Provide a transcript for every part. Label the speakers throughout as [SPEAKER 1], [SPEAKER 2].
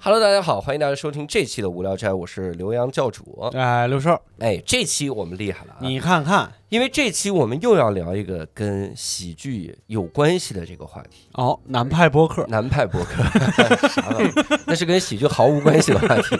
[SPEAKER 1] Hello，大家好，欢迎大家收听这期的无聊斋，我是刘洋教主。
[SPEAKER 2] 哎，刘寿，
[SPEAKER 1] 哎，这期我们厉害了啊！
[SPEAKER 2] 你看看
[SPEAKER 1] 因为这期我们又要聊一个跟喜剧有关系的这个话题，
[SPEAKER 2] 哦，南派播客，
[SPEAKER 1] 南派博客 啥玩意儿？那是跟喜剧毫无关系的话题，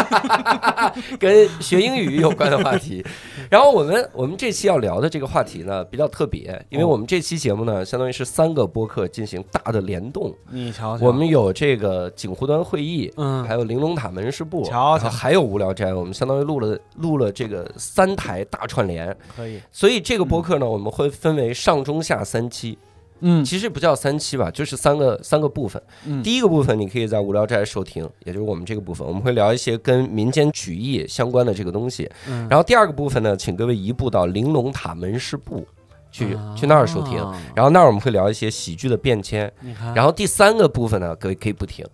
[SPEAKER 1] 跟学英语有关的话题。然后我们我们这期要聊的这个话题呢比较特别，因为我们这期节目呢相当于是三个播客进行大的联动，
[SPEAKER 2] 你瞧瞧，
[SPEAKER 1] 我们有这个景湖端会议，
[SPEAKER 2] 嗯
[SPEAKER 1] 还有玲珑塔门市部，
[SPEAKER 2] 瞧
[SPEAKER 1] 然后
[SPEAKER 2] 瞧
[SPEAKER 1] 还有无聊斋，我们相当于录了录了这个三台大串联，
[SPEAKER 2] 可以，
[SPEAKER 1] 所以这个播客呢，我们会分为上中下三期，
[SPEAKER 2] 嗯
[SPEAKER 1] 其实不叫三期吧，就是三个三个部分。
[SPEAKER 2] 嗯
[SPEAKER 1] 第一个部分你可以在无聊斋收听，也就是我们这个部分，我们会聊一些跟民间曲艺相关的这个东西。
[SPEAKER 2] 嗯
[SPEAKER 1] 然后第二个部分呢，请各位移步到玲珑塔门市部去、去那儿收听。
[SPEAKER 2] 啊
[SPEAKER 1] 然后那儿我们会聊一些喜剧的变迁，
[SPEAKER 2] 你看，
[SPEAKER 1] 然后第三个部分呢，各位可以不听，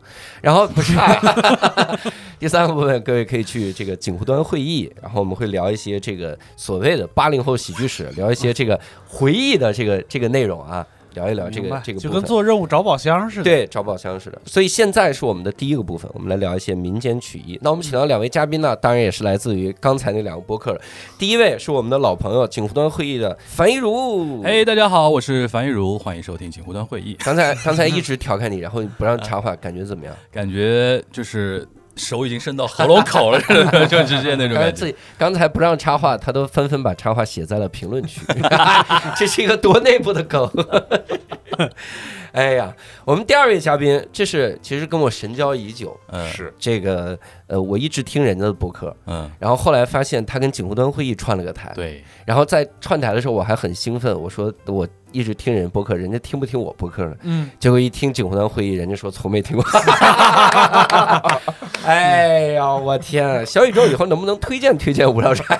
[SPEAKER 1] 然后不是、哎 第三个部分，各位可以去这个锦湖端会议，然后我们会聊一些这个所谓的八零后喜剧史，聊一些这个回忆的这个这个内容啊，聊一聊这
[SPEAKER 2] 明
[SPEAKER 1] 个
[SPEAKER 2] 白
[SPEAKER 1] 这个
[SPEAKER 2] 就
[SPEAKER 1] 部
[SPEAKER 2] 跟
[SPEAKER 1] 分。
[SPEAKER 2] 做任务找宝箱似的，，
[SPEAKER 1] 对，找宝箱似的。所以现在是我们的第一个部分，我们来聊一些民间曲艺。那我们请到两位嘉宾呢，当然也是来自于刚才那两个播客了。第一位是我们的老朋友锦湖端会议的樊一茹，
[SPEAKER 3] 哎，大家好，我是樊玉茹，欢迎收听锦湖端会议。
[SPEAKER 1] 刚才刚才一直调侃你，然后你不让插话，感觉怎么样？
[SPEAKER 3] 感觉就是手已经伸到喉咙口了似 的，就直接那种
[SPEAKER 1] 刚才
[SPEAKER 3] 感
[SPEAKER 1] 呃自
[SPEAKER 3] 觉。
[SPEAKER 1] 己刚才不让插话，他都纷纷把插话写在了评论区， 这是一个多内部的梗。 哎呀，我们第二位嘉宾，这是其实跟我神交已久，
[SPEAKER 3] 嗯
[SPEAKER 4] 是
[SPEAKER 1] 这个呃，我一直听人家的博客，
[SPEAKER 3] 嗯，
[SPEAKER 1] 然后后来发现他跟景湖端会议串了个台，
[SPEAKER 3] 对，
[SPEAKER 1] 然后在串台的时候我还很兴奋，我说我一直听人播客，人家听不听我播客呢？
[SPEAKER 2] 嗯，
[SPEAKER 1] 结果一听景湖端会议，人家说从没听过。 哎呀，我天啊！小宇宙以后能不能推荐推荐无聊斋？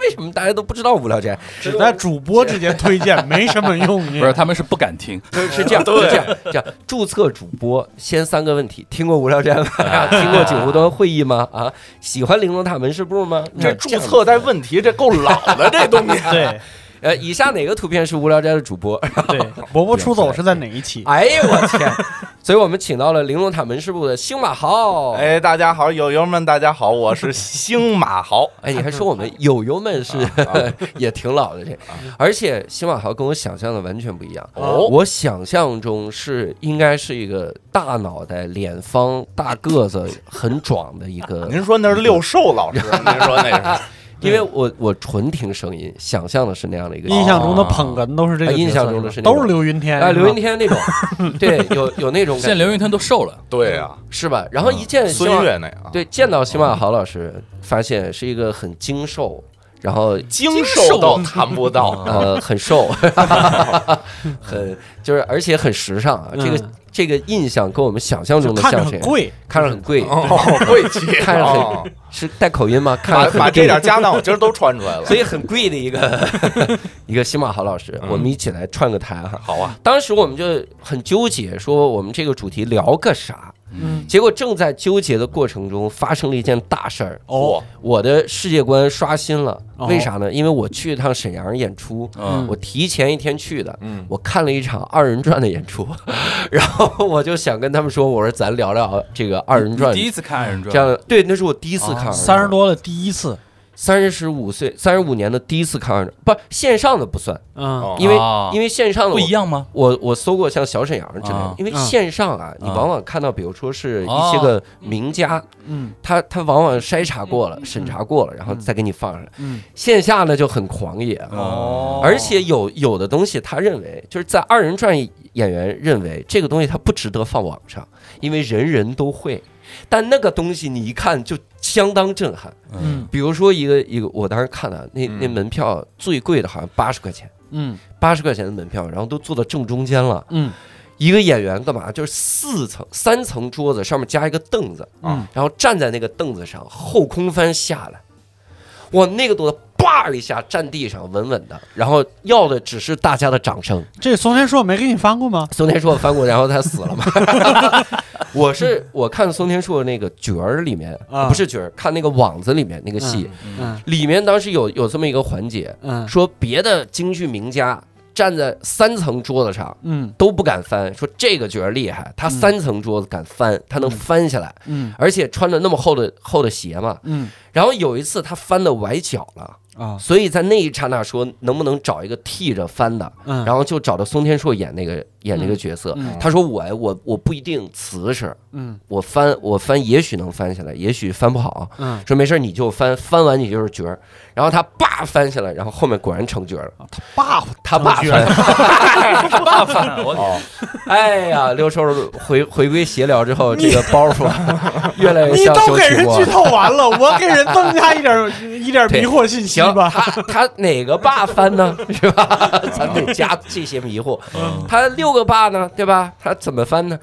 [SPEAKER 1] 为什么大家都不知道无聊斋？
[SPEAKER 2] 只在主播之间推荐，没什么用，。
[SPEAKER 3] 不是，他们是不 敢听，
[SPEAKER 1] 是是这样，是这样，这样。注册主播先三个问题：听过无聊斋吗？听过景湖端会议吗？啊，喜欢玲珑塔门市部吗？
[SPEAKER 4] 这
[SPEAKER 1] 样
[SPEAKER 4] 注册带问题，这够老的这东西
[SPEAKER 2] 对
[SPEAKER 1] 呃，以下哪个图片是无聊斋的主播？
[SPEAKER 2] 对， 伯伯出走是在哪一期？
[SPEAKER 1] 哎呦我天！所以我们请到了玲珑塔门市部的星马豪。
[SPEAKER 4] 哎，大家好，友友们，大家好，我是星马 豪。
[SPEAKER 1] 哎，你还说我们友友们是 也挺老的这，而且新马豪跟我想象的完全不一样。
[SPEAKER 4] 哦
[SPEAKER 1] 我想象中是应该是一个大脑袋、脸方、大个子、很壮的一个。
[SPEAKER 4] 您说那是六兽老师，您说那是
[SPEAKER 1] 因为我我纯听声音，想象的是那样的一个哦
[SPEAKER 2] 印象中的捧哏都是这个
[SPEAKER 1] 啊
[SPEAKER 2] 角色，
[SPEAKER 1] 印象中的是
[SPEAKER 2] 是
[SPEAKER 1] 那种
[SPEAKER 2] 都是刘云天，
[SPEAKER 1] 啊，刘云天
[SPEAKER 2] 天，
[SPEAKER 1] 那种， 对，有有那种
[SPEAKER 3] 现在
[SPEAKER 1] 感
[SPEAKER 3] 刘
[SPEAKER 1] 觉，
[SPEAKER 3] 云天都瘦了，
[SPEAKER 4] 对啊，
[SPEAKER 1] 是吧？然后一见
[SPEAKER 4] 孙
[SPEAKER 1] 新马
[SPEAKER 4] 越那样啊，
[SPEAKER 1] 对，见到新马豪老师，发现是一个很精瘦，然后
[SPEAKER 4] 精瘦到谈不到。
[SPEAKER 1] 呃，很瘦，很就是，而且很时尚啊。这个
[SPEAKER 2] 嗯
[SPEAKER 1] 这个印象跟我们想象中的
[SPEAKER 2] 看着
[SPEAKER 1] 像谁啊
[SPEAKER 2] 很？贵，
[SPEAKER 1] 看着很贵，
[SPEAKER 4] 哦，贵气，
[SPEAKER 1] 看着
[SPEAKER 4] 哦
[SPEAKER 1] 很是带口音吗？看
[SPEAKER 4] 把
[SPEAKER 1] 着很
[SPEAKER 4] 把这
[SPEAKER 1] 贵
[SPEAKER 4] 点，家当我今儿都穿出来了。
[SPEAKER 1] 所以很贵的一个 一个新马豪老师，我们一起来串个台哈。
[SPEAKER 4] 嗯好啊，
[SPEAKER 1] 当时我们就很纠结，说我们这个主题聊个啥？
[SPEAKER 2] 嗯，
[SPEAKER 1] 结果正在纠结的过程中，发生了一件大事儿，
[SPEAKER 2] 哦，
[SPEAKER 1] 我的世界观刷新了。
[SPEAKER 2] 哦
[SPEAKER 1] 为啥呢？因为我去一趟沈阳演出，
[SPEAKER 3] 嗯
[SPEAKER 1] 我提前一天去的，
[SPEAKER 4] 嗯，
[SPEAKER 1] 我看了一场二人转的演出， 然后我就想跟他们说，我说咱聊聊这个二人转
[SPEAKER 3] 嗯第。一次看二人转，哦
[SPEAKER 1] 这样对，那是我第一次看二人转，
[SPEAKER 2] 三十多了第一次，
[SPEAKER 1] 三十五岁，三十五年的第一次看二人转，不线上的不算，
[SPEAKER 4] 哦
[SPEAKER 2] 嗯，
[SPEAKER 1] 因为、
[SPEAKER 3] 啊
[SPEAKER 1] 因为线上的
[SPEAKER 3] 不
[SPEAKER 1] 我
[SPEAKER 3] 一。样吗？
[SPEAKER 1] 我我搜过像小沈阳之类的
[SPEAKER 3] 啊，
[SPEAKER 1] 因为
[SPEAKER 2] 嗯
[SPEAKER 1] 线上啊，你
[SPEAKER 3] 啊
[SPEAKER 1] 往往看到，比如说是一
[SPEAKER 3] 哦
[SPEAKER 1] 些个名家，
[SPEAKER 2] 嗯
[SPEAKER 1] 他他往往筛查过了、审查过了，然后再给你放上来。
[SPEAKER 2] 嗯，
[SPEAKER 1] 线下呢就很狂野啊，
[SPEAKER 3] 哦
[SPEAKER 1] 而且有有的东西，他认为就是在二人转演员认为这个东西它不值得放网上，因为人人都会。但那个东西你一看就相当震撼，
[SPEAKER 3] 嗯
[SPEAKER 1] 比如说一个一个，我当时看了那
[SPEAKER 4] 嗯
[SPEAKER 1] 那门票最贵的好像八十块钱，
[SPEAKER 2] 嗯
[SPEAKER 1] 八十块钱的门票，然后都坐到正中间了。
[SPEAKER 2] 嗯
[SPEAKER 1] 一个演员干嘛？就是四层三层桌子上面加一个凳子，
[SPEAKER 2] 嗯，
[SPEAKER 1] 然后站在那个凳子上后空翻下来，我那个多叭一下站地上稳稳的，然后要的只是大家的掌声。
[SPEAKER 2] 这松田硕没给你翻过吗？
[SPEAKER 1] 松田说我翻过，然后他死了嘛。 我是我看松田树那个角儿里面，
[SPEAKER 2] 啊
[SPEAKER 1] 不是角儿，看那个网子里面那个戏，
[SPEAKER 2] 嗯
[SPEAKER 1] 里面当时有有这么一个环节，
[SPEAKER 2] 嗯
[SPEAKER 1] 说别的京剧名家站在三层桌子上。
[SPEAKER 2] 嗯
[SPEAKER 1] 都不敢翻，说这个角儿厉害，他三层桌子敢翻，他能翻下来，
[SPEAKER 2] 嗯
[SPEAKER 1] 而且穿着那么厚的厚的鞋嘛。
[SPEAKER 2] 嗯
[SPEAKER 1] 然后有一次他翻的崴脚了，
[SPEAKER 2] 啊
[SPEAKER 1] 所以在那一刹那说能不能找一个替着翻的，
[SPEAKER 2] 嗯，
[SPEAKER 1] 然后就找到松天硕演那个演那个角色。
[SPEAKER 2] 嗯
[SPEAKER 1] 他说我我我不一定瓷实，
[SPEAKER 2] 嗯
[SPEAKER 1] 我翻我翻也许能翻下来，也许翻不好。
[SPEAKER 2] 嗯，
[SPEAKER 1] 说没事儿你就翻，翻完你就是角儿。然后他爸翻下来，然后后面果然成角儿了。
[SPEAKER 2] 啊爸
[SPEAKER 1] 他爸翻
[SPEAKER 2] 成角儿
[SPEAKER 1] 了，
[SPEAKER 3] 大
[SPEAKER 1] 嗯
[SPEAKER 3] 饭，我
[SPEAKER 4] 哦，
[SPEAKER 1] 哎呀，刘叔回回归闲聊之后，这个包袱啊 越来越
[SPEAKER 2] 你
[SPEAKER 1] 像
[SPEAKER 2] 都
[SPEAKER 1] 周
[SPEAKER 2] 给
[SPEAKER 1] 奇
[SPEAKER 2] 人
[SPEAKER 1] 墨
[SPEAKER 2] 剧。透完了，我给人增加一点一点迷惑信息
[SPEAKER 1] 行，
[SPEAKER 2] 吧。
[SPEAKER 1] 他他哪个爸翻呢？ 是 吧？咱得加这些迷惑。
[SPEAKER 2] 嗯
[SPEAKER 1] 他六个爸呢，对吧？他怎么翻呢？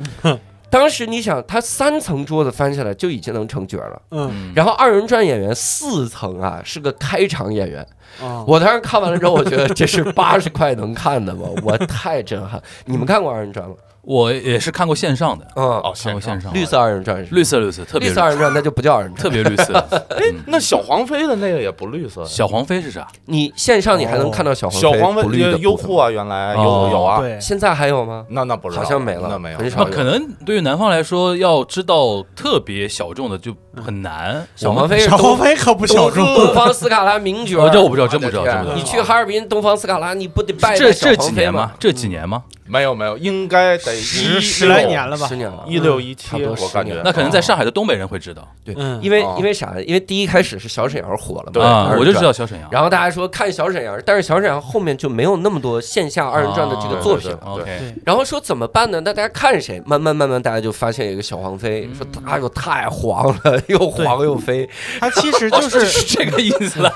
[SPEAKER 1] 当时你想，他三层桌子翻下来就已经能成角了。
[SPEAKER 2] 嗯
[SPEAKER 3] 嗯
[SPEAKER 1] 然后二人转演员四层啊，是个开场演员。
[SPEAKER 2] 啊，
[SPEAKER 1] 我当时看完了之后，我觉得这是八十块能看的 吗？我太震撼！你们看过二人转吗？
[SPEAKER 3] 我也是看过线上的，
[SPEAKER 1] 嗯，
[SPEAKER 4] 哦，
[SPEAKER 3] 看过线
[SPEAKER 4] 上
[SPEAKER 3] 上的
[SPEAKER 1] 绿色二人转是吧
[SPEAKER 3] 绿色绿色，特别
[SPEAKER 1] 绿色二人转，那就不叫二人转。
[SPEAKER 3] 特别绿 色。
[SPEAKER 4] 哎，那小黄飞的那个也不绿色呀，
[SPEAKER 3] 小黄飞是啥？
[SPEAKER 1] 你线上你还能看到小黄
[SPEAKER 4] 小黄
[SPEAKER 1] 飞不
[SPEAKER 4] 飞
[SPEAKER 1] 绿的部分
[SPEAKER 4] 优酷，啊，原来有
[SPEAKER 3] 哦
[SPEAKER 4] 有啊，
[SPEAKER 2] 对，
[SPEAKER 1] 现在还有吗？
[SPEAKER 4] 那那不知道，
[SPEAKER 1] 好像没了
[SPEAKER 4] 那没有
[SPEAKER 1] 很，少
[SPEAKER 3] 那可能对于南方来说，要知道特别小众的就很难。
[SPEAKER 1] 小黄飞是
[SPEAKER 2] 小
[SPEAKER 1] 东
[SPEAKER 2] 黄飞可不小众。
[SPEAKER 1] 东方斯卡拉名角
[SPEAKER 3] 我
[SPEAKER 1] 儿，
[SPEAKER 3] 们，哦这我不知道，真不知道，
[SPEAKER 4] 我的
[SPEAKER 3] 真
[SPEAKER 4] 天
[SPEAKER 3] 不
[SPEAKER 4] 啊
[SPEAKER 1] 你
[SPEAKER 3] 知
[SPEAKER 1] 去哈尔滨东方斯卡拉，你不得
[SPEAKER 3] 道。
[SPEAKER 1] 拜
[SPEAKER 3] 这
[SPEAKER 1] 拜小
[SPEAKER 3] 这几
[SPEAKER 1] 黄飞嗯
[SPEAKER 3] 年
[SPEAKER 1] 吗
[SPEAKER 3] 吗？？这几年吗？
[SPEAKER 4] 没有没有，应该得
[SPEAKER 2] 十
[SPEAKER 4] 一
[SPEAKER 2] 十来年了吧
[SPEAKER 1] 十年了，
[SPEAKER 4] 一六一七，
[SPEAKER 1] 差不多
[SPEAKER 4] 我
[SPEAKER 1] 十
[SPEAKER 4] 感
[SPEAKER 1] 年
[SPEAKER 4] 觉
[SPEAKER 3] 那可能在上海的东北人会知道
[SPEAKER 1] 对，
[SPEAKER 2] 嗯
[SPEAKER 1] 因为
[SPEAKER 4] 哦
[SPEAKER 1] 因为啥？因为第一开始是小沈阳火了
[SPEAKER 4] 对
[SPEAKER 1] 嘛，
[SPEAKER 3] 啊，
[SPEAKER 1] 二人
[SPEAKER 3] 我就
[SPEAKER 1] 转
[SPEAKER 3] 知道小沈阳。
[SPEAKER 1] 然后大家说看小沈阳，但是小沈阳后面就没有那么多线下二人转的这个作品了。
[SPEAKER 4] 啊对
[SPEAKER 3] OK，
[SPEAKER 1] 然后说怎么办呢？那大家看谁？慢慢慢慢，大家就发现有一个小黄飞，说他又太黄了，又黄又飞，
[SPEAKER 2] 他其实就是
[SPEAKER 3] 是这个意思了。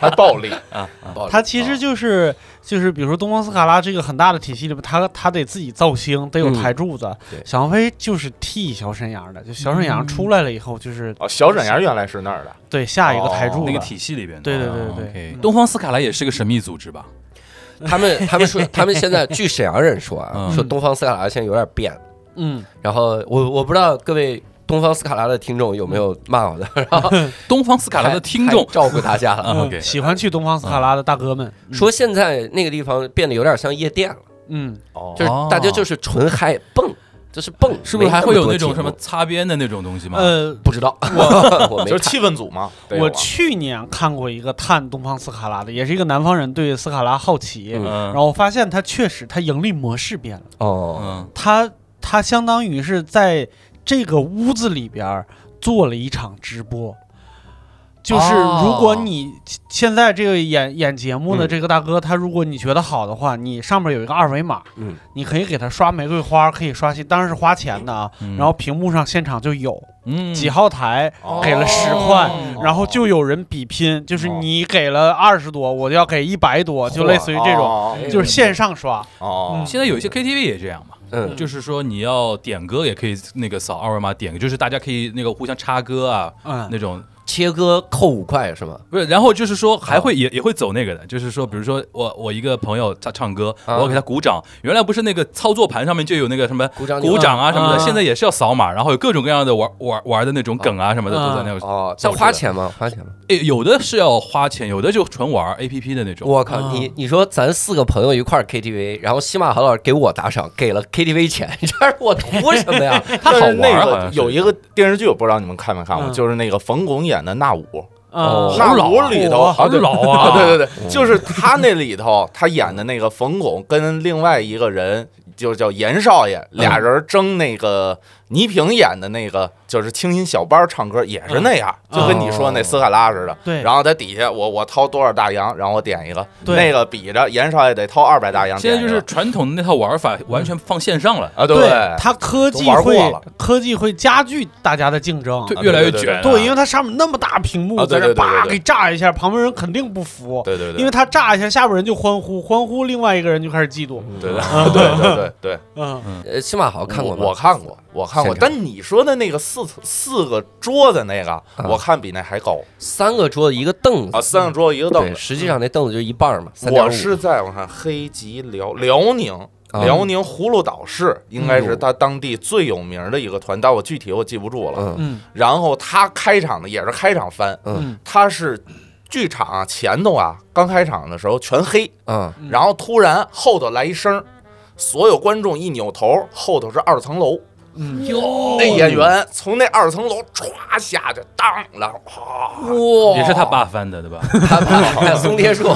[SPEAKER 4] 还暴力，
[SPEAKER 2] 他其实就是就是，比如说东方斯卡拉这个很大的体系里边，他他得自己造星，得有
[SPEAKER 1] 嗯
[SPEAKER 2] 台柱子
[SPEAKER 1] 对。
[SPEAKER 2] 小黄飞就是替小沈阳的，就小沈阳出来了以后，就是
[SPEAKER 4] 哦，小沈阳原来是那儿的，
[SPEAKER 2] 对下一个台
[SPEAKER 4] 哦
[SPEAKER 2] 柱
[SPEAKER 3] 那个
[SPEAKER 2] 子。
[SPEAKER 3] 体系里边的，
[SPEAKER 2] 对对对对
[SPEAKER 3] 对东方斯卡拉也是个神秘组织吧？
[SPEAKER 1] 他们他们说，他们现在据沈阳人说啊，
[SPEAKER 3] 嗯
[SPEAKER 1] 说东方斯卡拉现在有点变了。
[SPEAKER 2] 嗯
[SPEAKER 1] 然后我我不知道各位东方斯卡拉的听众有没有骂我的，
[SPEAKER 3] 嗯
[SPEAKER 1] 然后
[SPEAKER 3] 东方斯卡拉的听
[SPEAKER 1] 太
[SPEAKER 3] 众
[SPEAKER 1] 照顾大家了。
[SPEAKER 3] 啊
[SPEAKER 2] 嗯，
[SPEAKER 3] ，OK，
[SPEAKER 2] 喜欢去东方斯卡拉的大哥们，
[SPEAKER 3] 嗯
[SPEAKER 1] 说现在那个地方变得有点像夜店了，
[SPEAKER 2] 嗯，
[SPEAKER 4] 哦
[SPEAKER 1] 就是大家就是纯嗨蹦，就是蹦，
[SPEAKER 3] 是
[SPEAKER 1] 没
[SPEAKER 3] 不是
[SPEAKER 1] 么
[SPEAKER 3] 还会有
[SPEAKER 1] 多嗯
[SPEAKER 3] 那种
[SPEAKER 1] 节
[SPEAKER 3] 什么
[SPEAKER 1] 目
[SPEAKER 3] 擦边的那种东西吗？
[SPEAKER 2] 呃，
[SPEAKER 1] 不知道， 我 我没
[SPEAKER 4] 就是气氛组嘛，得有
[SPEAKER 2] 我
[SPEAKER 4] 啊
[SPEAKER 2] 去年看过一个探东方斯卡拉的，也是一个南方人对斯卡拉好奇，
[SPEAKER 1] 嗯
[SPEAKER 2] 然
[SPEAKER 3] 嗯
[SPEAKER 2] 后我发现它确实它盈利模式变了，
[SPEAKER 1] 哦，
[SPEAKER 3] 嗯，
[SPEAKER 2] 它它相当于是在这个屋子里边儿做了一场直播。就是
[SPEAKER 1] 哦
[SPEAKER 2] 如果你现在这个演演节目的
[SPEAKER 1] 嗯
[SPEAKER 2] 这个大哥，他如果你觉得好的话，你上面有一个二维码，
[SPEAKER 1] 嗯，
[SPEAKER 2] 你可以给他刷玫瑰花，可以刷新，当然是花钱的啊。
[SPEAKER 3] 嗯
[SPEAKER 2] 然后屏幕上现场就有
[SPEAKER 3] 嗯
[SPEAKER 2] 几号台，
[SPEAKER 4] 哦
[SPEAKER 2] 给了10块
[SPEAKER 4] 哦
[SPEAKER 2] 然后就有人比拼，就是
[SPEAKER 4] 哦
[SPEAKER 2] 你给了二十多，我就要给一百多，就类似于这种，嗯
[SPEAKER 4] 哦
[SPEAKER 1] 哎
[SPEAKER 2] 就是线上刷。
[SPEAKER 4] 哦，
[SPEAKER 3] 现在有一些 KTV 也这样嘛，
[SPEAKER 1] 嗯，
[SPEAKER 3] 就是说你要点歌也可以那个扫二维码点歌，就是大家可以那个互相插歌啊
[SPEAKER 2] 嗯，
[SPEAKER 3] 那种。
[SPEAKER 1] 切割扣五块是吗？
[SPEAKER 3] 不是，然后就是说
[SPEAKER 4] 啊
[SPEAKER 3] 还会也也会走那个的，就是说，比如说我我一个朋友他唱歌，我
[SPEAKER 1] 啊
[SPEAKER 3] 要给他鼓掌。原来不是那个操作盘上面就有那个什么
[SPEAKER 1] 鼓掌
[SPEAKER 3] 鼓掌啊什么
[SPEAKER 2] 啊
[SPEAKER 3] 的，现在也是要扫码，然后有各种各样的玩玩玩的那种梗啊什么的
[SPEAKER 2] 啊
[SPEAKER 3] 都在那个。
[SPEAKER 1] 哦，这花钱吗？花钱吗？
[SPEAKER 3] 诶有的是要花钱，有的就纯玩 A P P 的那种。
[SPEAKER 1] 我靠，
[SPEAKER 2] 啊
[SPEAKER 1] 你你说咱四个朋友一块儿 KTV，然后西马豪老师给我打赏，给了 KTV 钱， 这我图什么呀？
[SPEAKER 4] 他
[SPEAKER 3] 好玩儿
[SPEAKER 4] 那
[SPEAKER 3] 好
[SPEAKER 4] 个
[SPEAKER 3] 像是
[SPEAKER 4] 有一个电视剧，我不知道你们看没看过，
[SPEAKER 2] 嗯
[SPEAKER 4] 就是那个冯巩演的《那五》，
[SPEAKER 1] 哦
[SPEAKER 2] 嗯
[SPEAKER 4] 那
[SPEAKER 3] 老
[SPEAKER 4] 五
[SPEAKER 3] 啊
[SPEAKER 4] 里头
[SPEAKER 3] 好
[SPEAKER 4] 啊，对
[SPEAKER 3] 老啊！
[SPEAKER 4] 对对对，就是他那里头，他演的那个冯巩跟另外一个人，就叫严少爷，
[SPEAKER 2] 嗯
[SPEAKER 4] 俩人争那个倪萍演的那个，就是清新小班唱歌也是那样，
[SPEAKER 2] 嗯哦
[SPEAKER 4] 就跟你说那斯卡拉似的。
[SPEAKER 2] 对
[SPEAKER 4] 然后在底下我我掏多少大洋，然后我点一个，
[SPEAKER 2] 对
[SPEAKER 4] 那个比着严少爷得掏二百大洋
[SPEAKER 3] 现
[SPEAKER 4] 点
[SPEAKER 3] 在
[SPEAKER 4] 一
[SPEAKER 3] 就
[SPEAKER 4] 个，
[SPEAKER 3] 是传统的那套玩法完全放线上了，
[SPEAKER 4] 啊，对
[SPEAKER 2] 它科技
[SPEAKER 4] 都玩过
[SPEAKER 2] 会
[SPEAKER 4] 了
[SPEAKER 2] 科技会加剧大家的竞争。
[SPEAKER 4] 啊
[SPEAKER 3] 越来越
[SPEAKER 4] 对对
[SPEAKER 3] 卷。
[SPEAKER 2] 对，因为它上面那么大屏幕
[SPEAKER 4] 啊
[SPEAKER 2] 在
[SPEAKER 4] 对
[SPEAKER 2] 这
[SPEAKER 4] 对对对
[SPEAKER 2] 叭
[SPEAKER 4] 对
[SPEAKER 2] 给炸一下，旁边人肯定不服，
[SPEAKER 4] 对对对，
[SPEAKER 2] 因为他炸一下，下边人就欢呼，欢呼，另外一个人就开始嫉妒。
[SPEAKER 4] 对对对对对对，
[SPEAKER 2] 嗯
[SPEAKER 1] 呃，西马豪看过吗？
[SPEAKER 4] 我我看过，我看过。
[SPEAKER 1] 现场
[SPEAKER 4] 但你说的那个四四个桌子那个，
[SPEAKER 1] 啊
[SPEAKER 4] 我看比那还高
[SPEAKER 1] 三个桌子一个凳子
[SPEAKER 4] 啊，，三个桌子一个凳
[SPEAKER 1] 嗯对，
[SPEAKER 4] 子。
[SPEAKER 1] 实际上那凳子就一半儿嘛。3.5
[SPEAKER 4] 我是在我看黑吉辽辽宁
[SPEAKER 1] 啊
[SPEAKER 4] 辽宁葫芦岛市应该是
[SPEAKER 1] 嗯
[SPEAKER 4] 他当地最有名的一个团，但我具体我记不住了。
[SPEAKER 1] 嗯
[SPEAKER 2] 嗯
[SPEAKER 4] 然后他开场的也是开场翻，
[SPEAKER 1] 嗯
[SPEAKER 2] 嗯
[SPEAKER 4] 他是剧场啊前头啊刚开场的时候全黑，
[SPEAKER 1] 嗯
[SPEAKER 2] 嗯
[SPEAKER 4] 然后突然后头来一声儿，所有观众一扭头，后头是二层楼，
[SPEAKER 2] 嗯，
[SPEAKER 4] 那
[SPEAKER 1] 哦
[SPEAKER 4] 演员从那二层楼歘下去，当，然后哗，
[SPEAKER 1] 哇
[SPEAKER 3] 也是他爸翻的，对吧？
[SPEAKER 4] 哦
[SPEAKER 1] 他爸松铁树，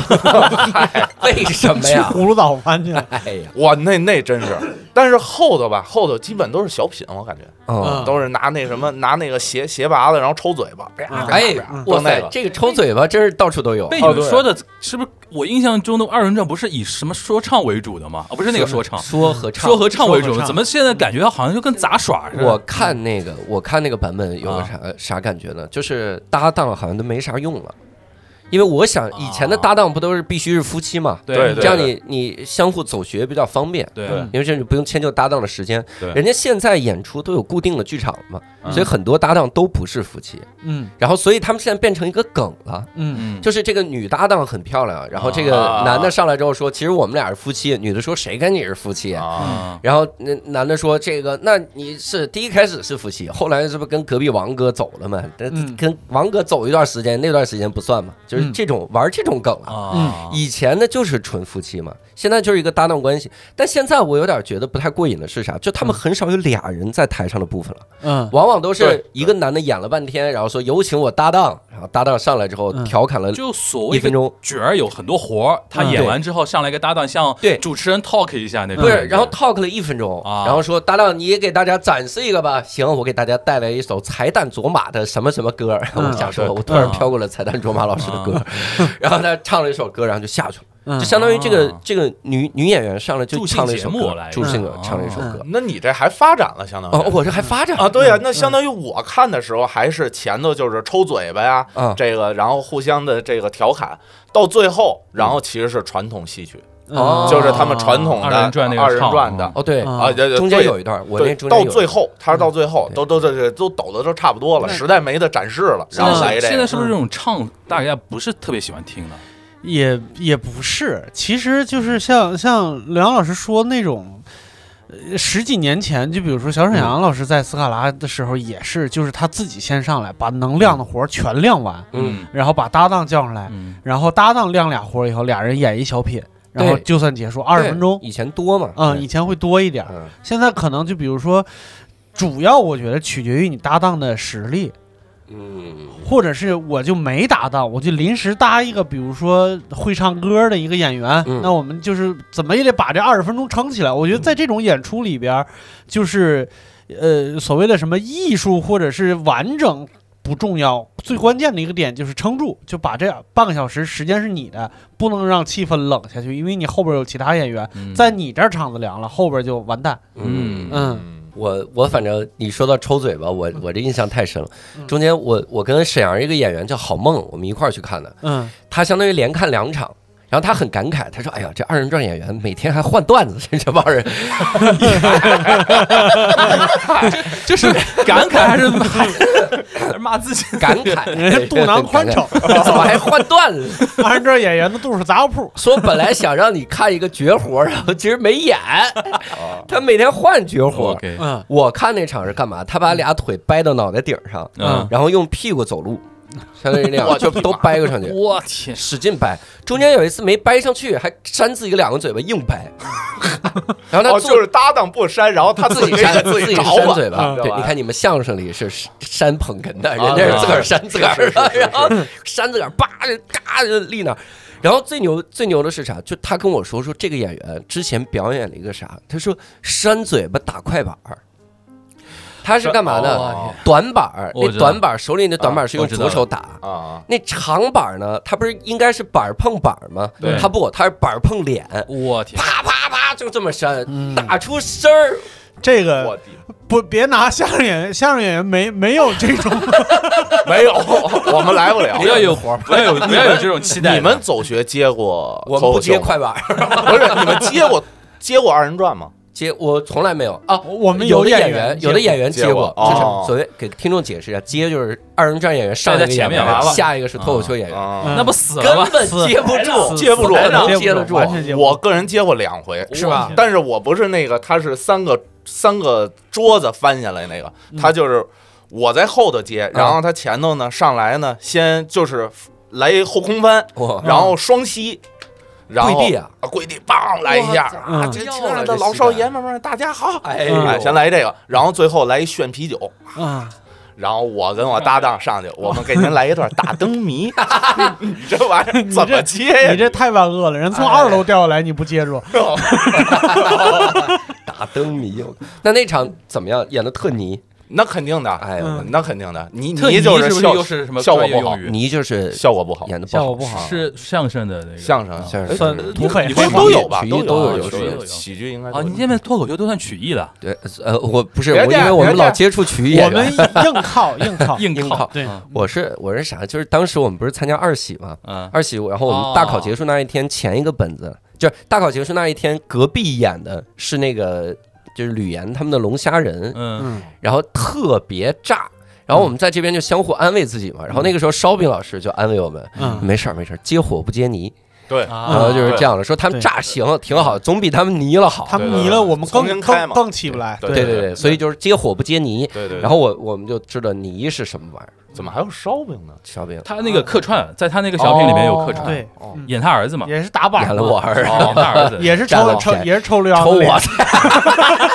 [SPEAKER 1] 为什么
[SPEAKER 2] 去
[SPEAKER 1] 呀？
[SPEAKER 2] 葫芦岛翻去了。
[SPEAKER 1] 哎呀，
[SPEAKER 4] 哇，那那真是，但是后头吧，后头基本都是小品，我感觉
[SPEAKER 1] 嗯
[SPEAKER 2] 嗯，
[SPEAKER 4] 都是拿那什么拿那个斜斜拔子，然后抽嘴巴，啪
[SPEAKER 2] 嗯
[SPEAKER 4] 啪
[SPEAKER 1] 哎
[SPEAKER 4] 啪，，
[SPEAKER 1] 哇
[SPEAKER 4] 都那
[SPEAKER 1] 塞
[SPEAKER 4] 个，。
[SPEAKER 1] 这个抽嘴巴真是到处都有啊
[SPEAKER 3] 被你们说的是不是？我印象中的二人转不是以什么说唱为主的吗？啊，不是那个说唱，
[SPEAKER 1] 说合唱，
[SPEAKER 3] 说合唱为主
[SPEAKER 2] 说合，唱
[SPEAKER 3] 怎么现在感觉好像就跟杂耍 似的？
[SPEAKER 1] 我看那个，我看那个版本有个啥、啥感觉呢？就是搭档好像都没啥用了，因为我想以前的搭档不都是必须是夫妻嘛，
[SPEAKER 4] 对
[SPEAKER 1] 这样你你相互走学比较方便，
[SPEAKER 3] 对
[SPEAKER 2] 嗯
[SPEAKER 1] 因为这样就不用迁就搭档的时间
[SPEAKER 3] 对。
[SPEAKER 1] 人家现在演出都有固定的剧场嘛，
[SPEAKER 3] 嗯
[SPEAKER 1] 所以很多搭档都不是夫妻，
[SPEAKER 2] 嗯
[SPEAKER 1] 然后所以他们现在变成一个梗了。
[SPEAKER 2] 嗯
[SPEAKER 3] 嗯，
[SPEAKER 1] 就是这个女搭档很漂亮，然后这个
[SPEAKER 4] 啊
[SPEAKER 1] 男的上来之后说：“其实我们俩是夫妻。”女的说：“谁跟你是夫妻？”
[SPEAKER 4] 啊，
[SPEAKER 3] 嗯
[SPEAKER 1] 然后那男的说：“这个，那你是第一开始是夫妻，后来是不是跟隔壁王哥走了嘛？但
[SPEAKER 2] 嗯
[SPEAKER 1] 跟王哥走一段时间，那段时间不算嘛，就是
[SPEAKER 2] 嗯
[SPEAKER 1] 这种、玩这种梗了。
[SPEAKER 3] 啊，
[SPEAKER 1] 以前呢就是纯夫妻嘛，现在就是一个搭档关系。但现在我有点觉得不太过瘾的是啥？就他们很少有俩人在台上的部分了，
[SPEAKER 2] 嗯
[SPEAKER 1] 往往都是
[SPEAKER 4] 对
[SPEAKER 1] 一个男的演了半天，然后说有请我搭档，然后搭档上来之后
[SPEAKER 2] 嗯
[SPEAKER 1] 调侃了
[SPEAKER 3] 就所
[SPEAKER 1] 一
[SPEAKER 3] 谓的
[SPEAKER 1] 分钟。
[SPEAKER 3] 角儿有很多活儿，他
[SPEAKER 2] 嗯
[SPEAKER 3] 演完之后上来一个搭档，像
[SPEAKER 1] 对
[SPEAKER 3] 主持人 talk 一下那种
[SPEAKER 1] 不
[SPEAKER 3] 感觉。
[SPEAKER 1] 是，然后 talk 了一分钟，
[SPEAKER 3] 嗯啊
[SPEAKER 1] 然后说搭档，你也给大家展示一个吧。行，我给大家带来一首彩蛋卓玛的什么什么歌。
[SPEAKER 2] 嗯
[SPEAKER 1] 我想说，
[SPEAKER 4] 对
[SPEAKER 1] 我突然飘过了彩蛋卓玛老师的歌， 然后他唱了一首歌，然后就下去了，
[SPEAKER 2] 嗯
[SPEAKER 1] 就相当于这个、
[SPEAKER 3] 啊
[SPEAKER 1] 这个女女演员上来就
[SPEAKER 3] 助兴
[SPEAKER 1] 唱了一首
[SPEAKER 3] 节
[SPEAKER 1] 歌
[SPEAKER 3] 目来，着
[SPEAKER 1] 助兴歌
[SPEAKER 3] 嗯
[SPEAKER 1] 唱了一首歌。
[SPEAKER 4] 那你这还发展了，相当于
[SPEAKER 1] 哦，我这还发着
[SPEAKER 4] 啊，对呀、那
[SPEAKER 2] 嗯
[SPEAKER 4] 相当于我看的时候还是前头就是抽嘴巴呀，
[SPEAKER 1] 啊
[SPEAKER 4] 这个然后互相的这个调侃，到最后然后其实是传统戏曲，
[SPEAKER 1] 哦
[SPEAKER 4] 嗯就是他们传统的
[SPEAKER 3] 二人转那个
[SPEAKER 4] 二人转
[SPEAKER 3] 唱
[SPEAKER 4] 的
[SPEAKER 1] 哦，对，
[SPEAKER 2] 啊
[SPEAKER 4] 啊，对对
[SPEAKER 1] 中间
[SPEAKER 4] 对
[SPEAKER 1] 有一段，我那
[SPEAKER 4] 对
[SPEAKER 1] 中间
[SPEAKER 4] 到
[SPEAKER 1] 有一
[SPEAKER 4] 最
[SPEAKER 1] 段。
[SPEAKER 4] 后，他是到最后
[SPEAKER 1] 嗯
[SPEAKER 4] 都都这这都抖的都差不多了，
[SPEAKER 2] 那
[SPEAKER 4] 实在没得展示了，
[SPEAKER 3] 现
[SPEAKER 4] 然后嗯
[SPEAKER 3] 在
[SPEAKER 4] 来
[SPEAKER 3] 是
[SPEAKER 4] 这
[SPEAKER 3] 现
[SPEAKER 4] 个
[SPEAKER 3] 在是不是这种唱大家不是特别喜欢听了？
[SPEAKER 2] 也也不是，其实就是像像梁老师说那种。呃十几年前，就比如说小
[SPEAKER 1] 嗯
[SPEAKER 2] 沈阳老师在斯卡拉的时候，也是，就是他自己先上来把能亮的活儿全亮完，
[SPEAKER 1] 嗯
[SPEAKER 2] 然后把搭档叫上来，
[SPEAKER 3] 嗯，
[SPEAKER 2] 然后搭档亮俩活儿以后，俩人演一小品，然后
[SPEAKER 1] 对
[SPEAKER 2] 就算结束二十分钟
[SPEAKER 1] 对。以前多嘛？
[SPEAKER 2] 嗯，
[SPEAKER 1] 对
[SPEAKER 2] 以前会多一点儿，
[SPEAKER 1] 嗯
[SPEAKER 2] 现在可能就比如说，主要我觉得取决于你搭档的实力，
[SPEAKER 1] 嗯，
[SPEAKER 2] 或者是我就没搭档，我就临时搭一个，比如说会唱歌的一个演员，
[SPEAKER 1] 嗯
[SPEAKER 2] 那我们就是怎么也得把这二十分钟撑起来。我觉得在这种演出里边儿，就是呃所谓的什么艺术或者是完整不重要，最关键的一个点就是撑住，就把这半个小时时间是你的，不能让气氛冷下去，因为你后边有其他演员。
[SPEAKER 3] 嗯
[SPEAKER 2] 在你这儿场子凉了，后边就完蛋。
[SPEAKER 1] 嗯
[SPEAKER 2] 嗯
[SPEAKER 1] 我我反正你说到抽嘴巴，我我这印象太深了
[SPEAKER 2] 嗯。
[SPEAKER 1] 中间我我跟沈阳一个演员叫郝梦，我们一块儿去看的，
[SPEAKER 2] 嗯
[SPEAKER 1] 他相当于连看两场。然后他很感慨，他说：“哎呀，这二人转演员每天还换段子，这这帮 人
[SPEAKER 3] 这是感慨 还是还是骂自己？
[SPEAKER 1] 感慨，
[SPEAKER 2] 人家肚囊宽敞，
[SPEAKER 1] 怎么还换段子？
[SPEAKER 2] 二人转演员的度是杂货铺。
[SPEAKER 1] 说本来想让你看一个绝活，然后其实没演，他每天换绝活。
[SPEAKER 3] 哦 OK，
[SPEAKER 2] 嗯
[SPEAKER 1] 我看那场是干嘛？他把俩腿掰到脑袋顶上，
[SPEAKER 3] 嗯，
[SPEAKER 1] 然后用屁股走路，相当于那样，就都掰过上去。
[SPEAKER 3] 我天，
[SPEAKER 1] 使劲掰，中间有一次没掰上去，还扇自己两个嘴巴硬掰，然后他
[SPEAKER 4] 哦，
[SPEAKER 1] 坐、
[SPEAKER 4] 就是搭档不删，然后他
[SPEAKER 1] 自己
[SPEAKER 4] 给
[SPEAKER 1] 扇
[SPEAKER 4] 自
[SPEAKER 1] 己
[SPEAKER 4] 找
[SPEAKER 1] 扇
[SPEAKER 4] 吧，
[SPEAKER 1] 嘴巴。
[SPEAKER 4] 嗯
[SPEAKER 1] 对，你看你们相声里是扇捧哏的，人家
[SPEAKER 3] 啊
[SPEAKER 1] 是自个儿扇自个儿
[SPEAKER 4] 是
[SPEAKER 1] 的
[SPEAKER 4] 是，是
[SPEAKER 1] 然后扇自个儿叭就嘎就立那儿。然后最牛最牛的是啥？就他跟我说说这个演员之前表演了一个啥？他说扇嘴巴打快板儿。他是干嘛呢？
[SPEAKER 3] 哦
[SPEAKER 1] 短板儿，
[SPEAKER 3] 我
[SPEAKER 1] 那
[SPEAKER 3] 知道
[SPEAKER 1] 短板儿手里那短板儿是用
[SPEAKER 3] 我知道
[SPEAKER 1] 左
[SPEAKER 3] 了
[SPEAKER 1] 手打，
[SPEAKER 4] 啊，
[SPEAKER 1] 那长板儿呢，它不是应该是板儿碰板儿吗？
[SPEAKER 3] 对
[SPEAKER 1] 他不，他是板儿碰脸，
[SPEAKER 3] 我天，
[SPEAKER 1] 啪啪啪就这么扇，
[SPEAKER 2] 嗯
[SPEAKER 1] 打出声儿。
[SPEAKER 2] 这个
[SPEAKER 4] 啊我的
[SPEAKER 2] 不，别拿相声演员，相声演员没没有这种
[SPEAKER 4] 没有，我们来不了
[SPEAKER 3] 不。要有不要有不要有这种期待。
[SPEAKER 4] 你们走学接过
[SPEAKER 1] 我们
[SPEAKER 4] 脱
[SPEAKER 1] 不
[SPEAKER 4] 口秀
[SPEAKER 1] 接
[SPEAKER 4] 吗
[SPEAKER 1] 快板儿，
[SPEAKER 4] 不是你们接过接过二人转吗？
[SPEAKER 1] 接我从来没有啊。
[SPEAKER 2] 我我们
[SPEAKER 1] 有的
[SPEAKER 2] 演
[SPEAKER 1] 员，
[SPEAKER 2] 接
[SPEAKER 1] 有的演员
[SPEAKER 4] 接
[SPEAKER 1] 接
[SPEAKER 4] 过
[SPEAKER 1] 过，就是
[SPEAKER 4] 哦
[SPEAKER 1] 所谓给听众解释一下，接就是二人转演员上
[SPEAKER 3] 在
[SPEAKER 1] 一个
[SPEAKER 3] 前
[SPEAKER 1] 演
[SPEAKER 3] 面
[SPEAKER 1] 员
[SPEAKER 4] 完了
[SPEAKER 1] 下一个是脱口秀演员，
[SPEAKER 4] 啊
[SPEAKER 2] 嗯
[SPEAKER 3] 那不死了
[SPEAKER 1] 根
[SPEAKER 3] 吗？
[SPEAKER 1] 本接不住，
[SPEAKER 2] 死
[SPEAKER 4] 接不住
[SPEAKER 1] 哪能
[SPEAKER 2] 接
[SPEAKER 1] 接得
[SPEAKER 2] 不
[SPEAKER 1] 住
[SPEAKER 2] 住，？完全接不住。
[SPEAKER 4] 我个人接过两回，
[SPEAKER 1] 是吧
[SPEAKER 4] 但是我不是那个，他是三个三个桌子翻下来那个，他就是我在后头接，然后他前头呢上来呢，先就是来一后空翻，
[SPEAKER 1] 哇，
[SPEAKER 4] 然后双膝，然后
[SPEAKER 1] 嗯跪地啊，
[SPEAKER 4] 跪地梆来一下，啊，
[SPEAKER 2] 嗯
[SPEAKER 4] 这
[SPEAKER 1] 要
[SPEAKER 4] 亲爱
[SPEAKER 1] 了
[SPEAKER 4] 的
[SPEAKER 1] 这
[SPEAKER 4] 老
[SPEAKER 1] 膝
[SPEAKER 4] 少
[SPEAKER 1] 盖
[SPEAKER 4] 爷们们，大家好，
[SPEAKER 1] 哎
[SPEAKER 2] 嗯
[SPEAKER 4] 哎，
[SPEAKER 1] 呦，
[SPEAKER 4] 先来这个，然后最后来一炫啤酒，
[SPEAKER 2] 啊，
[SPEAKER 4] 然后我跟我搭档上去，我们给您来一段打灯谜，你这玩意儿怎么接呀
[SPEAKER 2] 你？这太万恶了，人从二楼掉下来你不接住，
[SPEAKER 1] 打灯谜。我那那场怎么样？演的特泥，
[SPEAKER 4] 那肯定的，
[SPEAKER 1] 哎呦，
[SPEAKER 2] 嗯
[SPEAKER 4] 那肯定的，你
[SPEAKER 3] 特
[SPEAKER 4] 你就是
[SPEAKER 3] 不是
[SPEAKER 4] 效
[SPEAKER 3] 又是什么
[SPEAKER 4] 效果
[SPEAKER 3] 专业
[SPEAKER 4] 不好
[SPEAKER 3] 用语？
[SPEAKER 1] 泥就是
[SPEAKER 4] 效果不好，
[SPEAKER 1] 演的
[SPEAKER 2] 效果
[SPEAKER 1] 不
[SPEAKER 2] 不
[SPEAKER 1] 好，
[SPEAKER 2] 好。
[SPEAKER 3] 是相声的那个
[SPEAKER 4] 相声
[SPEAKER 1] 像
[SPEAKER 4] 哎
[SPEAKER 1] 是
[SPEAKER 3] 算
[SPEAKER 1] 嗯
[SPEAKER 2] 土匪
[SPEAKER 3] 你
[SPEAKER 4] 都
[SPEAKER 3] 会
[SPEAKER 4] 都
[SPEAKER 3] 吗
[SPEAKER 4] 有吧，
[SPEAKER 1] 曲艺
[SPEAKER 4] 都
[SPEAKER 1] 都
[SPEAKER 4] 有
[SPEAKER 1] 有
[SPEAKER 4] 有
[SPEAKER 1] 都
[SPEAKER 3] 有
[SPEAKER 4] 喜剧应该都
[SPEAKER 3] 啊！
[SPEAKER 4] 有
[SPEAKER 3] 你现在脱口秀都算曲艺了，
[SPEAKER 1] 对，呃，我不是我，
[SPEAKER 4] 别
[SPEAKER 1] 因
[SPEAKER 4] 这样
[SPEAKER 1] 为我们
[SPEAKER 4] 别这样
[SPEAKER 1] 老接触曲艺
[SPEAKER 2] 我
[SPEAKER 1] 演
[SPEAKER 2] 们
[SPEAKER 1] 员，
[SPEAKER 2] 硬靠硬靠，
[SPEAKER 3] 啊 硬
[SPEAKER 1] 硬靠
[SPEAKER 2] 对
[SPEAKER 3] 嗯
[SPEAKER 1] 我是我是啥？就是当时我们不是参加二喜嘛，
[SPEAKER 3] 嗯，
[SPEAKER 1] 二喜，然后我们大考结束那一天前一个本子，就是大考结束那一天，隔壁演的是那个就是吕岩他们的龙虾人，
[SPEAKER 3] 嗯，
[SPEAKER 2] 嗯，
[SPEAKER 1] 然后特别炸。然后我们在这边就相互安慰自己嘛，然后那个时候烧饼老师就安慰我们，
[SPEAKER 2] 嗯
[SPEAKER 1] 没事儿没事儿，接火不接泥，
[SPEAKER 3] 嗯
[SPEAKER 4] 对
[SPEAKER 3] 啊
[SPEAKER 1] 然后就是这样的，说他们
[SPEAKER 2] 对
[SPEAKER 1] 炸行挺好，总比他们泥了好。
[SPEAKER 2] 他们
[SPEAKER 4] 对对
[SPEAKER 2] 迷
[SPEAKER 4] 对
[SPEAKER 2] 了，我们
[SPEAKER 4] 重新
[SPEAKER 2] 更
[SPEAKER 4] 开
[SPEAKER 2] 更
[SPEAKER 4] 嘛
[SPEAKER 2] 更起不来。
[SPEAKER 4] 对
[SPEAKER 1] 对对对，所以就是接火不接泥。
[SPEAKER 4] 对对，
[SPEAKER 1] 然后我我们就知道泥是什么玩意儿，
[SPEAKER 4] 怎么还有烧饼呢？
[SPEAKER 1] 烧饼
[SPEAKER 3] 他那个客串，在他那个小品里面有客串，
[SPEAKER 2] 对，
[SPEAKER 4] 哦
[SPEAKER 2] 嗯
[SPEAKER 3] 演他儿子嘛，哦
[SPEAKER 2] 也是打板
[SPEAKER 1] 演
[SPEAKER 2] 嘛
[SPEAKER 1] 了我 儿子，
[SPEAKER 3] 演他儿子，
[SPEAKER 2] 也是
[SPEAKER 1] 占了
[SPEAKER 2] 抽抽
[SPEAKER 1] 钱
[SPEAKER 2] 也是抽刘洋
[SPEAKER 1] 抽啊
[SPEAKER 2] 的脸
[SPEAKER 1] 我操，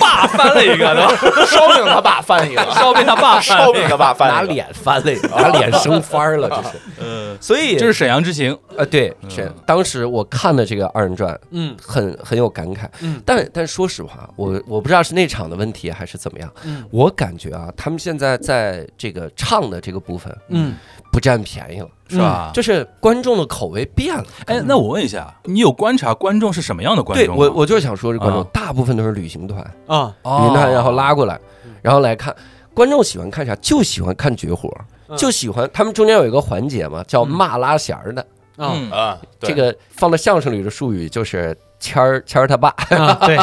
[SPEAKER 3] 爸翻了一个，对吧？
[SPEAKER 4] 烧饼他爸翻 译了，
[SPEAKER 3] 烧饼他爸翻
[SPEAKER 4] 烧
[SPEAKER 3] 了一
[SPEAKER 4] 饼
[SPEAKER 3] 个，
[SPEAKER 4] 他爸
[SPEAKER 1] 拿
[SPEAKER 4] 翻译了，
[SPEAKER 1] 脸翻了，拿脸生翻儿了，这是。
[SPEAKER 3] 嗯，
[SPEAKER 1] 所以
[SPEAKER 3] 这是沈阳之行，
[SPEAKER 1] 呃，对，
[SPEAKER 3] 嗯
[SPEAKER 1] 是当时我看的这个二人转，
[SPEAKER 2] 嗯
[SPEAKER 1] 很很有感慨。
[SPEAKER 2] 嗯
[SPEAKER 1] 但但说实话，我我不知道是那场的问题还是怎么样，
[SPEAKER 2] 嗯
[SPEAKER 1] 我感觉啊，他们现在在这个唱的这个部分
[SPEAKER 2] 嗯，
[SPEAKER 1] 不占便宜了，
[SPEAKER 3] 是吧？
[SPEAKER 1] 就是观众的口味变了。
[SPEAKER 3] 哎，那我问一下，你有观察观众是什么样的观
[SPEAKER 1] 对
[SPEAKER 3] 众吗？
[SPEAKER 1] 我我就是想说，这观众
[SPEAKER 3] 啊
[SPEAKER 1] 大部分都是旅行团，
[SPEAKER 2] 啊，
[SPEAKER 1] 云南，然后
[SPEAKER 3] 哦
[SPEAKER 1] 拉过来，然后来看。观众喜欢看啥？就喜欢看绝活，
[SPEAKER 2] 嗯
[SPEAKER 1] 就喜欢他们中间有一个环节嘛，叫骂拉弦儿的。
[SPEAKER 2] 啊
[SPEAKER 3] 嗯
[SPEAKER 4] 啊，对
[SPEAKER 1] 这个放到相声里的术语就是谦儿谦儿他爸，
[SPEAKER 2] 啊，对，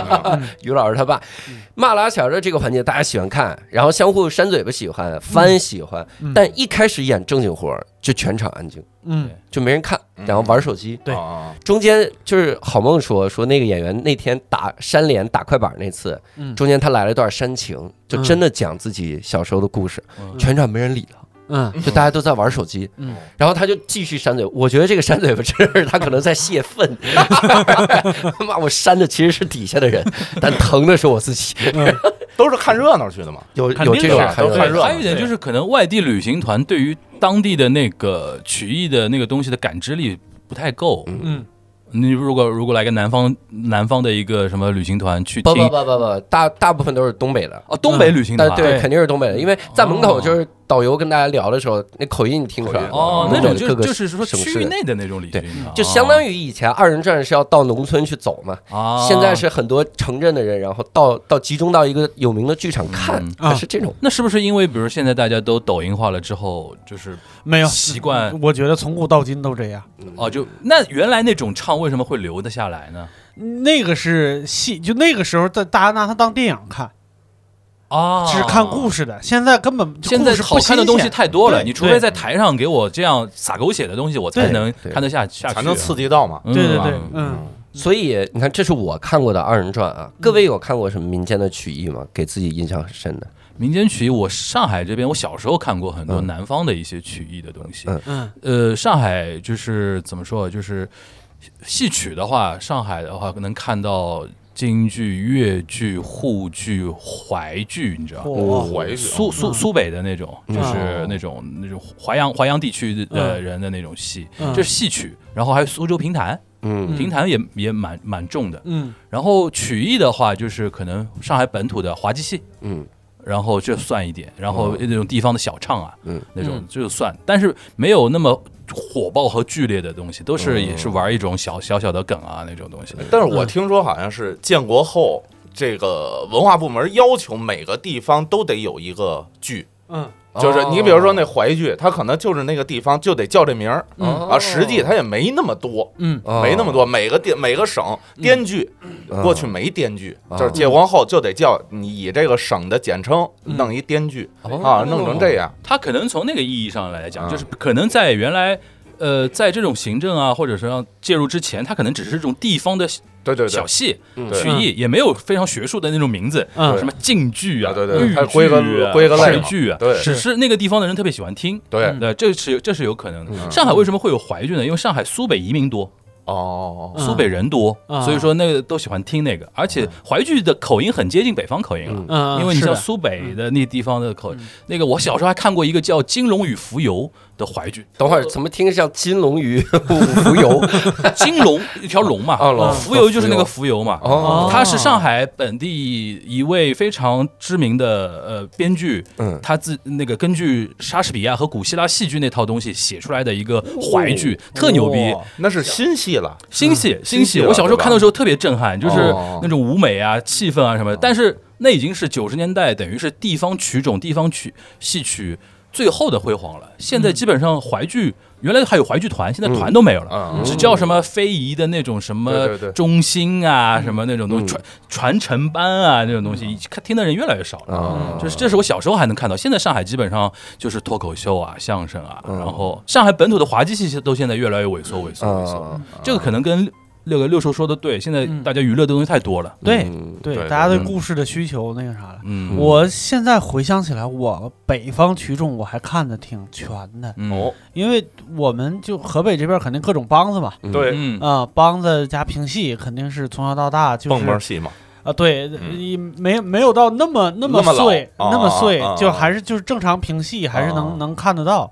[SPEAKER 1] 于老师他爸，
[SPEAKER 2] 嗯
[SPEAKER 1] 骂拉弦儿的这个环节大家喜欢看，然后相互扇嘴巴喜欢，翻喜欢，
[SPEAKER 2] 嗯
[SPEAKER 1] 但一开始演正经活儿就全场安静，
[SPEAKER 2] 嗯
[SPEAKER 1] 就没人看，
[SPEAKER 4] 嗯
[SPEAKER 1] 然后玩手机。
[SPEAKER 2] 对
[SPEAKER 4] 啊
[SPEAKER 1] 中间就是郝梦说说那个演员那天打扇脸打快板那次，
[SPEAKER 2] 嗯
[SPEAKER 1] 中间他来了一段煽情，就真的讲自己小时候的故事，
[SPEAKER 3] 嗯
[SPEAKER 1] 全场没人理他，
[SPEAKER 2] 嗯
[SPEAKER 1] 就大家都在玩手机，
[SPEAKER 2] 嗯
[SPEAKER 1] 然后他就继续扇嘴。我觉得这个扇嘴巴这是他可能在泄愤， 妈，我扇的其实是底下的人，但疼的是我自己。
[SPEAKER 4] 都是看热闹去的嘛，
[SPEAKER 1] 有
[SPEAKER 3] 肯
[SPEAKER 1] 有这
[SPEAKER 3] 定
[SPEAKER 1] 种
[SPEAKER 3] 是
[SPEAKER 1] 看
[SPEAKER 4] 都
[SPEAKER 1] 热
[SPEAKER 4] 看
[SPEAKER 1] 闹
[SPEAKER 4] 热闹
[SPEAKER 3] 还有一点就是，可能外地旅行团对于当地的那个曲艺的那个东西的感知力不太够。
[SPEAKER 2] 嗯
[SPEAKER 3] 你如果如果来个南方南方的一个什么旅行团去
[SPEAKER 1] 不不
[SPEAKER 3] 听
[SPEAKER 1] 不不不，大大部分都是东北的。
[SPEAKER 3] 哦，东北旅行团
[SPEAKER 1] 但对，肯定是东北的，因
[SPEAKER 4] 哦
[SPEAKER 1] 为在门口就是导游跟大家聊的时候，那口音你听出来了
[SPEAKER 3] 哦，那
[SPEAKER 1] 东北
[SPEAKER 3] 种
[SPEAKER 1] 的各
[SPEAKER 3] 就
[SPEAKER 1] 个
[SPEAKER 3] 就是说
[SPEAKER 1] 省
[SPEAKER 3] 区
[SPEAKER 1] 市
[SPEAKER 3] 域内的那种旅行啊团，
[SPEAKER 1] 就相当于以前二人转是要到农村去走嘛，
[SPEAKER 4] 哦
[SPEAKER 3] 啊，
[SPEAKER 1] 现在是很多城镇的人，然后到到集中到一个有名的剧场看
[SPEAKER 3] 嗯，
[SPEAKER 1] 它是这种。
[SPEAKER 3] 那是不是因为比如现在大家都抖音化了之后，就是
[SPEAKER 2] 没有
[SPEAKER 3] 习惯
[SPEAKER 2] 我觉得从古到今都这样。
[SPEAKER 3] 哦，就那原来那种唱为什么会留得下来呢？
[SPEAKER 2] 那个是戏，就那个时候大大家拿它当电影看，
[SPEAKER 3] 啊，
[SPEAKER 2] 只看故事的。现在根本
[SPEAKER 3] 现在
[SPEAKER 2] 故事
[SPEAKER 3] 好
[SPEAKER 2] 不
[SPEAKER 3] 看
[SPEAKER 2] 新
[SPEAKER 3] 的东西
[SPEAKER 2] 鲜
[SPEAKER 3] 太多了，
[SPEAKER 2] 对
[SPEAKER 3] 你除非
[SPEAKER 2] 对
[SPEAKER 3] 在台上给我这样撒狗血的东西，我才
[SPEAKER 2] 对
[SPEAKER 3] 能
[SPEAKER 1] 对
[SPEAKER 3] 看得下下去，
[SPEAKER 4] 才能刺激到嘛。
[SPEAKER 3] 嗯。
[SPEAKER 2] 对对
[SPEAKER 4] 吧
[SPEAKER 2] 对，嗯
[SPEAKER 1] 所以你看，这是我看过的二人转啊。各
[SPEAKER 4] 嗯
[SPEAKER 1] 位有看过什么民间的曲艺吗？给自己印象很深的，
[SPEAKER 3] 民间曲艺，我上海这边，我小时候看过很多
[SPEAKER 1] 嗯
[SPEAKER 3] 南方的一些曲艺的东西。
[SPEAKER 1] 嗯
[SPEAKER 2] 嗯
[SPEAKER 3] 呃，上海就是怎么说，就是戏曲的话，上海的话能看到京剧、越剧、沪剧、淮剧，你知道吗。
[SPEAKER 2] 我
[SPEAKER 4] 回去
[SPEAKER 3] 苏苏苏北的那种，就是
[SPEAKER 4] 嗯
[SPEAKER 3] 那种那种淮阳淮阳地区的人的那种戏，
[SPEAKER 2] 嗯
[SPEAKER 3] 这是戏曲。然后还有苏州评弹，
[SPEAKER 1] 嗯，
[SPEAKER 3] 评弹也也蛮蛮重的。
[SPEAKER 2] 嗯
[SPEAKER 3] 然后曲艺的话，就是可能上海本土的滑稽戏，
[SPEAKER 1] 嗯，
[SPEAKER 3] 然后这算一点，然后
[SPEAKER 4] 嗯
[SPEAKER 3] 那种地方的小唱啊，
[SPEAKER 1] 嗯，
[SPEAKER 3] 那种
[SPEAKER 2] 嗯
[SPEAKER 3] 就算，但是没有那么火爆和剧烈的东西，都
[SPEAKER 4] 嗯
[SPEAKER 3] 是也是玩一种小小小的梗啊那种东西。
[SPEAKER 4] 但是我听说好像是建国后，这个文化部门要求每个地方都得有一个剧，
[SPEAKER 2] 嗯嗯，
[SPEAKER 4] 就是你比如说那淮剧，它可能就是那个地方就得叫这名儿
[SPEAKER 1] 哦
[SPEAKER 4] 啊，实际它也没那么多，
[SPEAKER 2] 嗯
[SPEAKER 1] 哦
[SPEAKER 4] 没那么多，每个地每个省滇剧过去没滇剧，就是解放后就得叫你以这个省的简称
[SPEAKER 3] 嗯
[SPEAKER 4] 弄一滇剧
[SPEAKER 1] 哦
[SPEAKER 4] 啊，弄成这样。
[SPEAKER 3] 他可能从那个意义上来讲，
[SPEAKER 4] 啊
[SPEAKER 3] 就是可能在原来。呃，在这种行政啊，或者说要介入之前，它可能只是这种地方的
[SPEAKER 4] 对对对
[SPEAKER 3] 小，戏
[SPEAKER 1] 嗯
[SPEAKER 3] 曲艺，也没有非常学术的那种名字，
[SPEAKER 2] 嗯
[SPEAKER 3] 什么京剧啊、
[SPEAKER 4] 对对对
[SPEAKER 3] 豫
[SPEAKER 4] 它归个
[SPEAKER 3] 剧啊、
[SPEAKER 4] 归个类
[SPEAKER 3] 豫
[SPEAKER 4] 嘛
[SPEAKER 3] 剧啊，
[SPEAKER 4] 对
[SPEAKER 3] 只是那个地方的人特别喜欢听。
[SPEAKER 4] 对
[SPEAKER 2] 嗯
[SPEAKER 3] 对，呃这是有这是有可能的。
[SPEAKER 4] 嗯
[SPEAKER 3] 上海为什么会有淮剧呢？因为上海苏北移民多，
[SPEAKER 4] 哦，
[SPEAKER 2] 嗯
[SPEAKER 3] 苏北人多，
[SPEAKER 2] 啊
[SPEAKER 3] 所以说那个都喜欢听那个，而且淮剧的口音很接近北方口音了。
[SPEAKER 2] 嗯，
[SPEAKER 3] 因为你
[SPEAKER 2] 是
[SPEAKER 3] 像
[SPEAKER 2] 的
[SPEAKER 3] 苏北的那地方的口，那个我小时候还看过一个叫《金龙与蜉蝣》的淮剧，
[SPEAKER 1] 等会儿怎么听着像金龙 鱼浮游？
[SPEAKER 3] 金龙一条龙嘛，
[SPEAKER 1] 啊龙
[SPEAKER 3] 蜉蝣就是那个蜉蝣嘛，
[SPEAKER 1] 哦
[SPEAKER 3] 他是上海本地一位非常知名的呃编剧，
[SPEAKER 1] 嗯
[SPEAKER 3] 他自那个根据莎士比亚和古希腊戏剧那套东西写出来的一个淮剧，特牛逼。
[SPEAKER 2] 哦哇
[SPEAKER 4] 那是新戏了，
[SPEAKER 3] 新戏，新戏，
[SPEAKER 4] 戏嗯了
[SPEAKER 3] 我小时候
[SPEAKER 4] 对吧
[SPEAKER 3] 看的时候特别震撼，就是
[SPEAKER 4] 哦
[SPEAKER 3] 那种舞美啊、气氛啊什么的。但是那已经是九十年代，等于是地方曲种、地方曲戏曲最后的辉煌了。现在基本上淮剧，原来还有淮剧团，现在团都没有了
[SPEAKER 4] 嗯嗯，
[SPEAKER 3] 只叫什么非遗的那种什么
[SPEAKER 4] 对对对嗯
[SPEAKER 3] 中心啊、什么那种东西传传承班啊那种东西，看听的人越来越少
[SPEAKER 2] 嗯
[SPEAKER 3] 了。
[SPEAKER 1] 啊
[SPEAKER 3] 就是这是我小时候还能看到，现在上海基本上就是脱口秀啊、相声啊，
[SPEAKER 4] 嗯
[SPEAKER 3] 然后上海本土的滑稽戏都现在越来越萎缩、萎缩、萎缩。
[SPEAKER 1] 啊，
[SPEAKER 3] 这个可能跟六个六叔说的对，现在大家娱乐的东西太多了。
[SPEAKER 2] 对
[SPEAKER 1] 嗯
[SPEAKER 2] 对，
[SPEAKER 4] 对
[SPEAKER 2] 大家对
[SPEAKER 3] 嗯
[SPEAKER 2] 故事的需求那个啥了。
[SPEAKER 3] 嗯，
[SPEAKER 2] 我现在回想起来，我北方曲种我还看的挺全的，
[SPEAKER 3] 嗯
[SPEAKER 4] 哦，
[SPEAKER 2] 因为我们就河北这边肯定各种梆子嘛，
[SPEAKER 4] 对，
[SPEAKER 3] 嗯
[SPEAKER 2] 啊、梆子加评戏肯定是从小到大就是
[SPEAKER 4] 蹦蹦戏嘛，
[SPEAKER 2] 啊，对，
[SPEAKER 4] 嗯
[SPEAKER 2] 一没没有到那么那么
[SPEAKER 4] 那么老
[SPEAKER 2] 碎，
[SPEAKER 4] 啊
[SPEAKER 2] 那么碎，
[SPEAKER 4] 啊啊
[SPEAKER 2] 就还是就是正常评戏还是能、
[SPEAKER 4] 啊
[SPEAKER 2] 能看得到，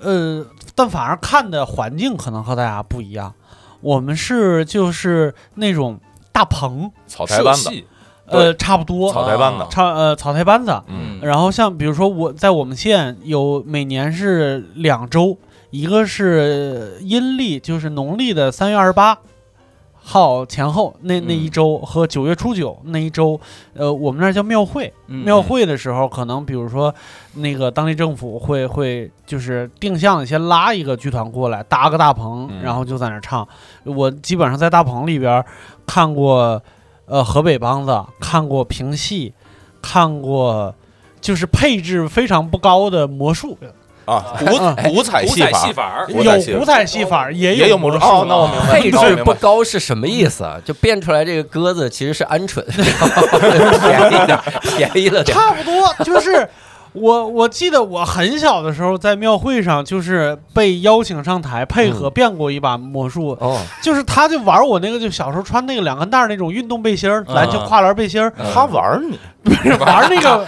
[SPEAKER 2] 呃，但反而看的环境可能和大家不一样，我们是就是那种大棚，
[SPEAKER 4] 草台班
[SPEAKER 3] 社
[SPEAKER 4] 子，
[SPEAKER 3] 戏
[SPEAKER 2] 呃，差不多，
[SPEAKER 4] 草台班子
[SPEAKER 2] 差呃草台班子，
[SPEAKER 4] 嗯
[SPEAKER 2] 然后像比如说我在我们县有每年是两周，一个是阴历，就是农历的三月二十八号前后那那一周和九月初九那一周，呃，我们那儿叫庙会。
[SPEAKER 4] 嗯
[SPEAKER 2] 庙会的时候，可能比如说那个当地政府会会就是定向地先拉一个剧团过来，搭个大棚，
[SPEAKER 4] 嗯
[SPEAKER 2] 然后就在那儿唱。我基本上在大棚里边儿看过，呃，河北梆子，看过评戏，看过就是配置非常不高的魔术，
[SPEAKER 4] 啊，古古彩
[SPEAKER 3] 五
[SPEAKER 4] 戏
[SPEAKER 3] 彩
[SPEAKER 4] 法
[SPEAKER 3] 戏，法
[SPEAKER 4] 古代戏
[SPEAKER 2] 有古彩戏法儿，也
[SPEAKER 4] 也有
[SPEAKER 2] 有
[SPEAKER 4] 魔术
[SPEAKER 2] 术。
[SPEAKER 4] 哦那我明白
[SPEAKER 1] 配置不高是什么意思啊？就变出来这个鸽子其实是鹌 鹑，便宜点，便宜了点。
[SPEAKER 2] 差不多就是。我我记得我很小的时候在庙会上，就是被邀请上台配合
[SPEAKER 4] 嗯
[SPEAKER 2] 变过一把魔术，
[SPEAKER 1] 哦，
[SPEAKER 2] 就是他就玩我那个，就小时候穿那个两根带儿那种运动背心儿，
[SPEAKER 3] 嗯
[SPEAKER 2] 篮球跨栏背心儿，
[SPEAKER 4] 他玩你
[SPEAKER 2] 玩那个